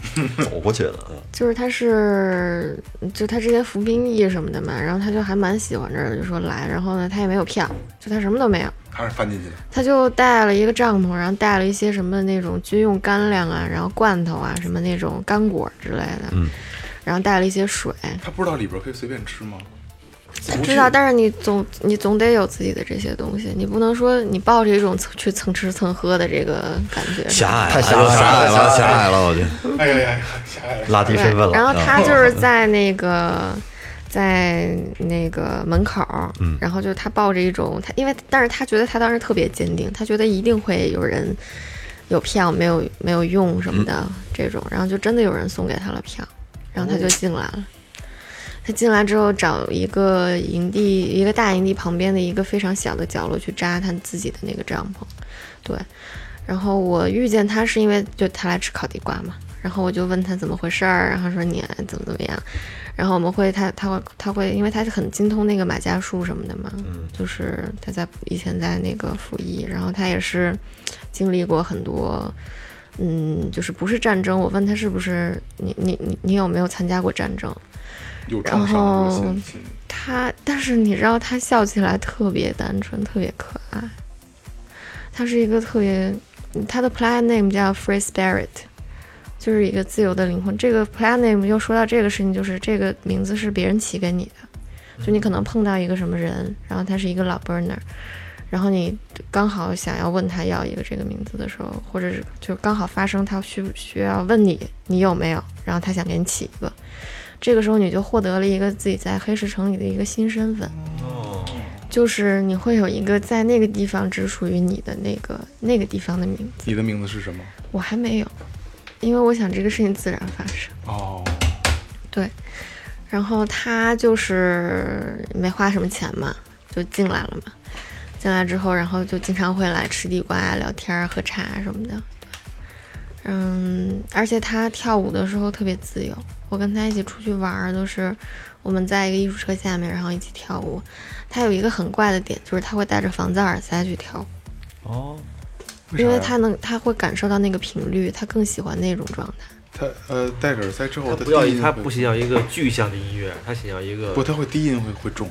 Speaker 9: 走过去
Speaker 4: 哎
Speaker 9: 了，
Speaker 7: 就是他是就他之前服兵役什么的嘛，然后他就还蛮喜欢这儿的，就说来，然后呢他也没有票，就他什么都没有，
Speaker 4: 还是翻进去的，
Speaker 7: 他就带了一个帐篷，然后带了一些什么那种军用干粮啊，然后罐头啊，什么那种干果之类的，嗯，然后带了一些水，
Speaker 4: 他不知道里边可以随便吃吗？
Speaker 7: 他知道，但是你总你总得有自己的这些东西，你不能说你抱着一种蹭去蹭吃蹭喝的这个感觉。
Speaker 5: 狭隘
Speaker 9: 太
Speaker 5: 了，哎
Speaker 9: 狭隘了
Speaker 5: 狭隘了，狭隘了，我去。
Speaker 4: 哎呀呀，狭隘了。
Speaker 9: 拉低
Speaker 7: 对
Speaker 9: 身份，
Speaker 7: 然后
Speaker 9: 了。嗯
Speaker 7: 他就是在那个。在那个门口，
Speaker 9: 嗯
Speaker 7: 然后就是他抱着一种他，因为但是他觉得他当时特别坚定，他觉得一定会有人有票没有没有用什
Speaker 9: 嗯
Speaker 7: 么的、这种，然后就真的有人送给他了票，然后他就进来了。他进来之后找一个营地，一个大营地旁边的一个非常小的角落去扎他自己的那个帐篷，对。然后我遇见他是因为就他来吃烤地瓜嘛，然后我就问他怎么回事儿，然后说你怎么怎么样，然后我们会他他会他会，因为他很精通那个马家术什么的嘛，就是他在以前在那个服役，然后他也是经历过很多，嗯，就是不是战争，我问他是不是你你你你有没有参加过战争，
Speaker 4: 有创伤，有心情
Speaker 7: 他，但是你知道，他笑起来特别单纯，特别可爱。他是一个特别，他的 play name 叫 Free Spirit，就是一个自由的灵魂。这个 play name 又说到这个事情，就是这个名字是别人起给你的，就你可能碰到一个什么人，然后他是一个老 burner，然后你刚好想要问他要一个这个名字的时候，或者是就刚好发生他需不需要问你你有没有，然后他想给你起一个，这个时候你就获得了一个自己在黑石城里的一个新身份，就是你会有一个在那个地方只属于你的那个那个地方的名字。
Speaker 4: 你的名字是什么？
Speaker 7: 我还没有，因为我想这个事情自然发生。
Speaker 4: 哦，
Speaker 7: 对，然后他就是没花什么钱嘛，就进来了嘛。进来之后，然后就经常会来吃地瓜、啊聊天儿、喝茶啊什么的。对嗯，而且他跳舞的时候特别自由。我跟他一起出去玩儿，都是我们在一个艺术车下面，然后一起跳舞。他有一个很怪的点，就是他会戴着防弹耳塞去跳舞。哦，因为他能，他会感受到那个频率，他更喜欢那种状态。
Speaker 4: 他呃戴着耳塞之后，
Speaker 6: 他
Speaker 4: 的
Speaker 6: 不要
Speaker 4: 低音
Speaker 6: 他
Speaker 4: 会
Speaker 6: 不想要一个具象的音乐，他想要一个
Speaker 4: 不，他会低音会会重。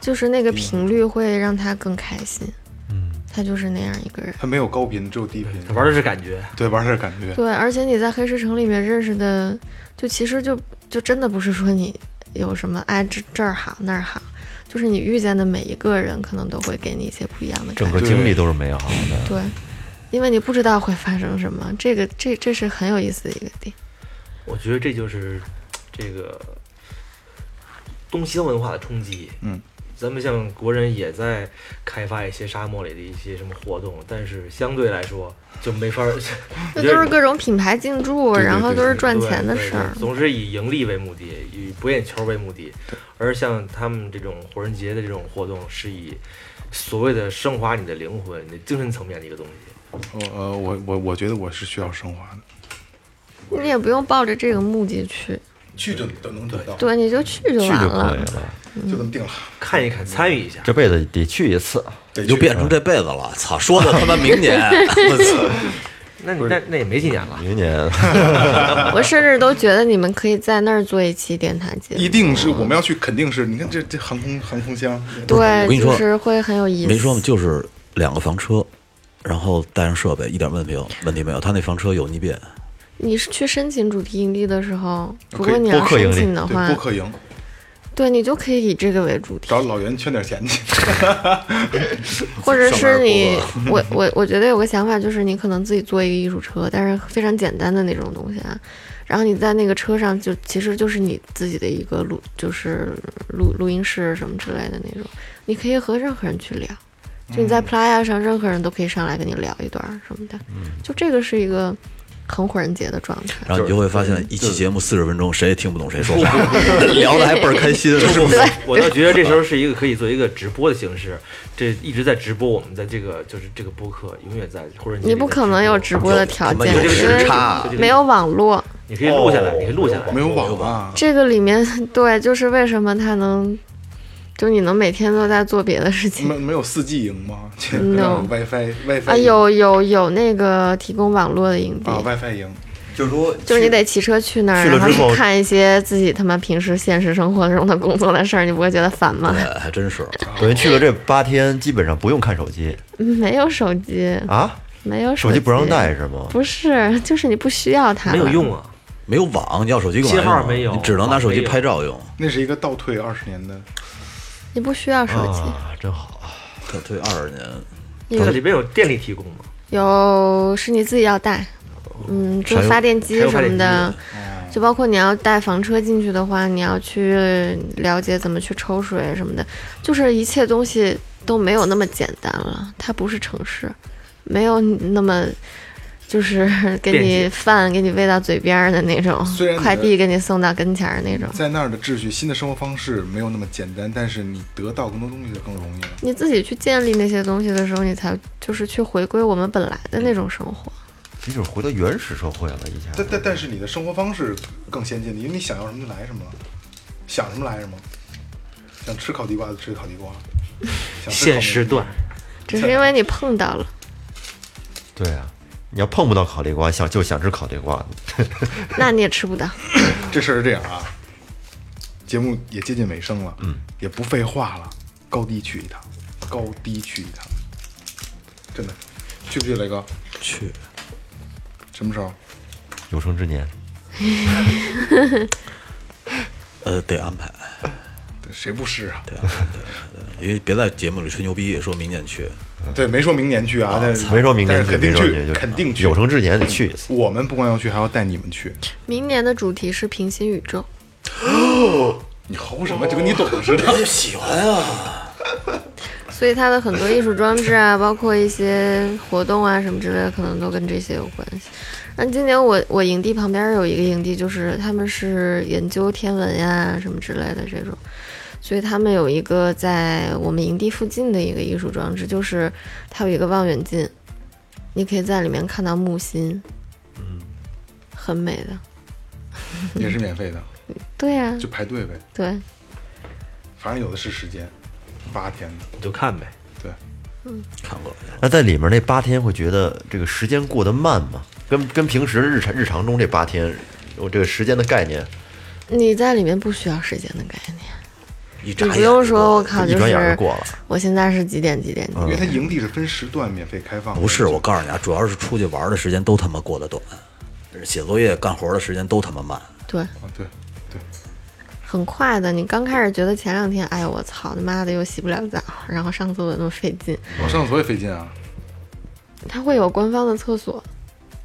Speaker 7: 就是那个频率会让他更开心。嗯，他就是那样一个人。
Speaker 4: 他没有高频，只有低频
Speaker 6: 他。玩的是感觉。
Speaker 4: 对，玩儿点感觉。
Speaker 7: 对，而且你在黑石城里面认识的，就其实就就真的不是说你有什么哎这这儿好那儿好，就是你遇见的每一个人可能都会给你一些不一样的
Speaker 9: 整个
Speaker 7: 感觉。
Speaker 9: 经历都是美好的。
Speaker 7: 对，因为你不知道会发生什么，这个这这是很有意思的一个点。
Speaker 6: 我觉得这就是这个东西方文化的冲击。
Speaker 4: 嗯，
Speaker 6: 咱们像国人也在开发一些沙漠里的一些什么活动，但是相对来说就没法儿。
Speaker 7: (laughs)
Speaker 6: 我 (laughs)
Speaker 7: 那
Speaker 6: 觉得
Speaker 7: 都是各种品牌进驻，
Speaker 4: 对对
Speaker 7: 然后都
Speaker 4: 对
Speaker 7: 是
Speaker 4: 对
Speaker 7: 赚
Speaker 6: 对
Speaker 7: 钱的
Speaker 6: 对
Speaker 7: 事儿
Speaker 6: 对。总是以盈利为目的，以博眼球为目的。而像他们这种火人节的这种活动，是以所谓的升华你的灵魂、你的精神层面的一个东西。
Speaker 4: 我呃我我我觉得我是需要升华的。
Speaker 7: 你也不用抱着这个目的去，
Speaker 4: 去就就能得到，
Speaker 7: 对，你就去就
Speaker 9: 去
Speaker 7: 完
Speaker 9: 就可以
Speaker 7: 了。
Speaker 9: 了，
Speaker 4: 就这么定了。
Speaker 6: 看一看，参与一下。
Speaker 9: 这辈子得去一次。
Speaker 4: 得
Speaker 5: 你就
Speaker 4: 去
Speaker 5: 变成这辈子了，操！说的他妈明年，我操！
Speaker 6: 那你那那也没几年了。
Speaker 9: 明年
Speaker 7: 我甚至都觉得你们可以在那儿做一期电台节目。
Speaker 4: 一定是我们要去，肯定是你看这这航空航空箱，
Speaker 7: 对，
Speaker 5: 我跟你说
Speaker 7: 就是会很有意思。
Speaker 5: 没说嘛，就是两个房车，然后带上设备，一点问题没有，问题没有。他那房车有逆变，
Speaker 7: 你是去申请主题营地的时候，如
Speaker 4: 可
Speaker 7: 果
Speaker 4: 以
Speaker 7: 你要
Speaker 9: 播客营
Speaker 7: 申
Speaker 9: 地
Speaker 7: 请的
Speaker 4: 对
Speaker 7: 话
Speaker 4: 播，客营，
Speaker 7: 对你就可以以这个为主题，
Speaker 4: 找老袁圈点钱去。
Speaker 7: 或者
Speaker 5: 上班
Speaker 7: 是
Speaker 5: 儿
Speaker 7: 你
Speaker 5: 播， (laughs)
Speaker 7: 我我我觉得有个想法就是，你可能自己做一个艺术车，但是非常简单的那种东西啊。然后你在那个车上就其实就是你自己的一个录，就是录录音室什么之类的那种，你可以和任何人去聊。就
Speaker 5: 嗯
Speaker 7: 你在 Playa 上，任何人都可以上来跟你聊一段儿什么的，就这个是一个很火人节的状态。
Speaker 5: 嗯然后你就会发现一期节目四十分钟，谁也听不懂谁说话，聊的还倍儿开心。是不是
Speaker 6: 我倒觉得这时候是一个可以做一个直播的形式，这一直在直播，我们在这个就是这个播客永远在或者
Speaker 7: 你不可能有直播的条件，
Speaker 5: 有
Speaker 7: 因
Speaker 5: 这个时差
Speaker 7: 为没有网络。
Speaker 6: 你可以
Speaker 4: 啊
Speaker 6: 录下来，你可以录下来
Speaker 4: 没。有网吧，
Speaker 7: 这个里面，对，就是为什么它能就是你能每天都在做别的事情
Speaker 4: 没。没有四 G 营吗？这
Speaker 7: No
Speaker 4: WiFi WiFi
Speaker 7: 啊，有有有那个提供网络的营地，
Speaker 4: 啊 WiFi 营，
Speaker 9: (laughs) 就是说，
Speaker 7: 就是你得骑车去那儿，
Speaker 9: 去了
Speaker 7: 然后
Speaker 9: 之后
Speaker 7: 你看一些自己他妈平时现实生活中的工作的事儿，你不会觉得烦吗？
Speaker 5: 哎，还真是。
Speaker 9: 等于去了这八天，基本上不用看手机
Speaker 7: 嗯没有手机，
Speaker 9: 啊，
Speaker 7: 没有
Speaker 9: 手
Speaker 7: 机
Speaker 9: 机不让带，是吗？
Speaker 7: 不是，就是你不需要它，
Speaker 6: 没有。用啊。
Speaker 5: 没有网，你要手机干嘛用啊
Speaker 6: 信号没有
Speaker 5: 你只能拿手机拍照用。
Speaker 4: 那是一个倒退二十年的，
Speaker 7: 你不需要手机，
Speaker 9: 啊，真好啊，
Speaker 5: 可推二十年，
Speaker 7: 嗯
Speaker 6: 它里边有电力提供吗？
Speaker 7: 有是你自己要带，嗯，就
Speaker 9: 还有
Speaker 7: 发电机
Speaker 6: 还有发
Speaker 7: 什么
Speaker 6: 电
Speaker 7: 的，就包括你要带房车进去的话，你要去了解怎么去抽水什么的，就是一切东西都没有那么简单了。它不是城市，没有那么就是 (laughs) 给
Speaker 6: 便
Speaker 7: 你
Speaker 6: 捷
Speaker 7: 饭给你喂到嘴边儿的那种
Speaker 4: 虽然你，的
Speaker 7: 快递给你送到跟前儿那种。
Speaker 4: 在那儿的秩序、新的生活方式没有那么简单，但是你得到更多东西就更容易了。
Speaker 7: 你自己去建立那些东西的时候，你才就是去回归我们本来的那种生活。
Speaker 9: 这就是回到原始社会了，一下。
Speaker 4: 但但但是你的生活方式更先进，因为你想要什么就来什么，想什么来什么，想吃烤地瓜就吃烤地瓜，想吃烤
Speaker 6: 限
Speaker 4: 面
Speaker 6: 时段，
Speaker 7: 只是因为你碰到了，
Speaker 9: 对啊，你要碰不到烤地瓜，想就想吃烤地瓜，
Speaker 7: 那你也吃不到。
Speaker 4: 这事儿是这样啊，节目也接近尾声了，嗯，也不废话了，高低去一趟，高低去一趟，真的，去不去雷哥？
Speaker 5: 去
Speaker 4: 什么时候？
Speaker 9: 有生之年
Speaker 5: 呃得安排，
Speaker 4: 对谁不是啊？
Speaker 5: 因为别在节目里吹牛逼，说明年去。
Speaker 4: 对，没说明年去啊，但是
Speaker 9: 没说明
Speaker 4: 但
Speaker 9: 年
Speaker 4: 是
Speaker 9: 去，
Speaker 4: 肯
Speaker 9: 没
Speaker 4: 定
Speaker 9: 说明年
Speaker 4: 去，
Speaker 9: 就
Speaker 4: 肯定去。
Speaker 9: 有生之年得去一次。
Speaker 4: 我们不光要去，还要带你们去。
Speaker 7: 明年的主题是平行宇宙，
Speaker 4: 你吼什么？就跟你懂似的。
Speaker 7: 所以它的很多艺术装置啊，包括一些活动啊什么之类的，可能都跟这些有关系。那今年我我营地旁边有一个营地，就是他们是研究天文呀、什么之类的这种，所以他们有一个在我们营地附近的一个艺术装置，就是它有一个望远镜，你可以在里面看到木星，很美的。
Speaker 4: 也是免费的，
Speaker 7: 对呀、
Speaker 4: 就排队呗，
Speaker 7: 对，
Speaker 4: 反正有的是时间，八天的。
Speaker 6: 你就看呗。
Speaker 4: 对，
Speaker 5: 看过了，
Speaker 9: 那在里面那八天会觉得这个时间过得慢吗？跟跟平时日常日常中这八天，我这个时间的概念，
Speaker 7: 你在里面不需要时间的概念，
Speaker 5: 一眨
Speaker 7: 你
Speaker 5: 眼
Speaker 7: 不用说，我靠，
Speaker 9: 一
Speaker 7: 就
Speaker 9: 转
Speaker 7: 是
Speaker 9: 眼就过了。嗯
Speaker 7: 我现在是几点几点几点
Speaker 4: 因为它营地是分时段免费开放的。
Speaker 5: 不是，我告诉你啊，主要是出去玩的时间都他妈过得短，写作业干活的时间都他妈慢。
Speaker 7: 对，
Speaker 4: 啊，对，
Speaker 7: 很快的。你刚开始觉得前两天，哎呦我操，他妈的又洗不了澡，然后上厕所那么费劲，
Speaker 4: 我上厕所也费劲啊，
Speaker 7: 它会有官方的厕所，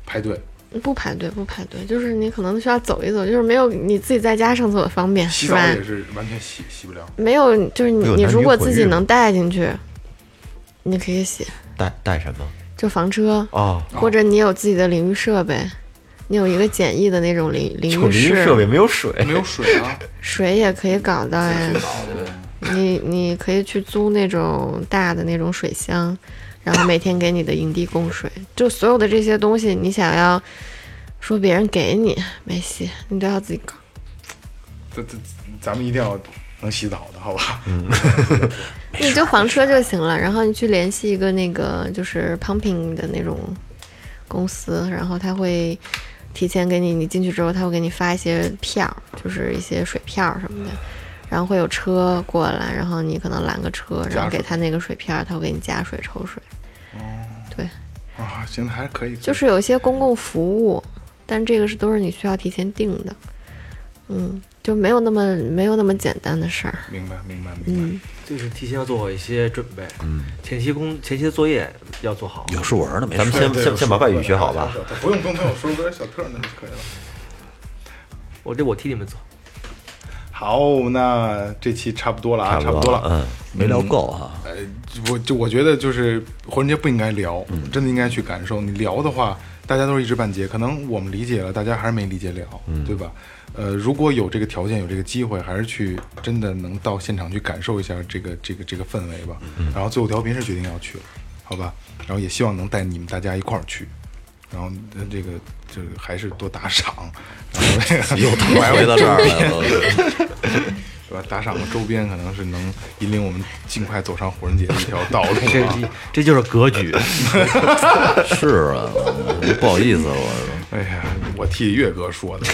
Speaker 4: 排队。
Speaker 7: 不排队不排队，就是你可能需要走一走，就是没有你自己在家上厕所方便，
Speaker 4: 洗
Speaker 7: 是
Speaker 4: 澡
Speaker 7: 吧？
Speaker 4: 也是完全洗洗不了。
Speaker 7: 没有，就是你
Speaker 9: 有
Speaker 7: 你
Speaker 9: 男女
Speaker 7: 如果
Speaker 9: 混
Speaker 7: 自
Speaker 9: 浴
Speaker 7: 己
Speaker 9: 吗
Speaker 7: 能带进去，你可以洗，
Speaker 9: 带带什么？
Speaker 7: 就房车，
Speaker 9: 哦，
Speaker 7: 或者你有自己的淋浴设备。你有一个简易的那种淋淋
Speaker 9: 就
Speaker 7: 浴
Speaker 9: 淋浴
Speaker 7: 室，
Speaker 9: 设备没有水，
Speaker 4: 没有水啊，
Speaker 7: 水也可以搞到呀。你你可以去租那种大的那种水箱，然后每天给你的营地供水。就所有的这些东西，你想要说别人给你没戏，你都要自己搞。
Speaker 4: (laughs) 这这咱们一定要能洗澡的好吧？
Speaker 7: 你就房车就行了，然后你去联系一个那个就是 pumping 的那种公司，然后他会提前给你，你进去之后他会给你发一些票，就是一些水票什么的，然后会有车过来，然后你可能拦个车，然后给他那个水票，他会给你加水抽水，
Speaker 4: 哦啊，行，还是可以。
Speaker 7: 就是有一些公共服务，但这个是都是你需要提前定的，嗯，就没有那么没有那么简单的事儿，
Speaker 4: 明白，明白，明白。
Speaker 6: 就是提前要做好一些准备，嗯，前期工前期的作业要做好。
Speaker 5: 有数文的没
Speaker 9: 咱们
Speaker 5: 事。
Speaker 9: 先先先把外语学好吧。
Speaker 4: 不用不用不用，说有点小特那就可以了。
Speaker 6: 我这我替你们做，
Speaker 4: 好，那这期差不多了啊，差不多了。
Speaker 9: 嗯，
Speaker 5: 没聊够哈、
Speaker 4: 呃，我就我觉得就是火人节不应该聊，真的应该去感受。你聊的话，大家都是一知半解，可能我们理解了，大家还是没理解了，对吧？呃，如果有这个条件，有这个机会，还是去真的能到现场去感受一下这个这个这个氛围吧。然后最后调频是决定要去了，好吧？然后也希望能带你们大家一块儿去。然后呃这个这个还是多打赏，然后又
Speaker 5: 回到这儿来了，
Speaker 4: 对吧？打赏的周边可能是能引领我们尽快走上火人节的一条道路、
Speaker 6: 这
Speaker 4: 啊。
Speaker 6: 这这就是格局。
Speaker 5: 是啊，不好意思，我
Speaker 4: 哎呀，我替岳哥说的，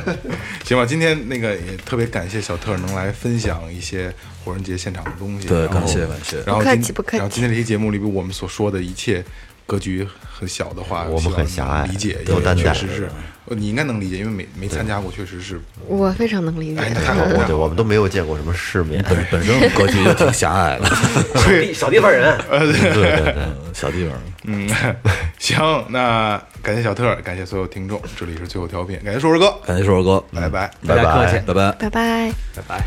Speaker 4: (laughs) 行吧。今天那个也特别感谢小特儿能来分享一些火人节现场的东西。
Speaker 5: 对，
Speaker 4: 然后
Speaker 5: 感谢感谢，
Speaker 4: 然后
Speaker 7: 不客
Speaker 4: 今
Speaker 7: 气不客气
Speaker 4: 然后今天这期节目里边，我们所说的一切格局很小的话，
Speaker 9: 我们
Speaker 4: 希望
Speaker 9: 很狭隘
Speaker 4: 理解
Speaker 9: 都担待
Speaker 4: 确实是，呃你应该能理解，因为没没参加过，确实是。
Speaker 7: 我非常能理解
Speaker 4: 哎，。太好了，
Speaker 9: 对，我们都没有见过什么世面，
Speaker 5: 本本身格局就挺狭隘的，
Speaker 6: 小地小地方 (laughs) 人，
Speaker 5: 嗯小地方。
Speaker 4: 嗯，行，那感谢小特儿，感谢所有听众，这里是最后调频，感谢硕硕哥，
Speaker 5: 感谢硕硕哥，
Speaker 4: 拜拜。
Speaker 6: 大家客气。
Speaker 5: 拜拜。
Speaker 7: (laughs) 拜拜。
Speaker 6: 拜拜。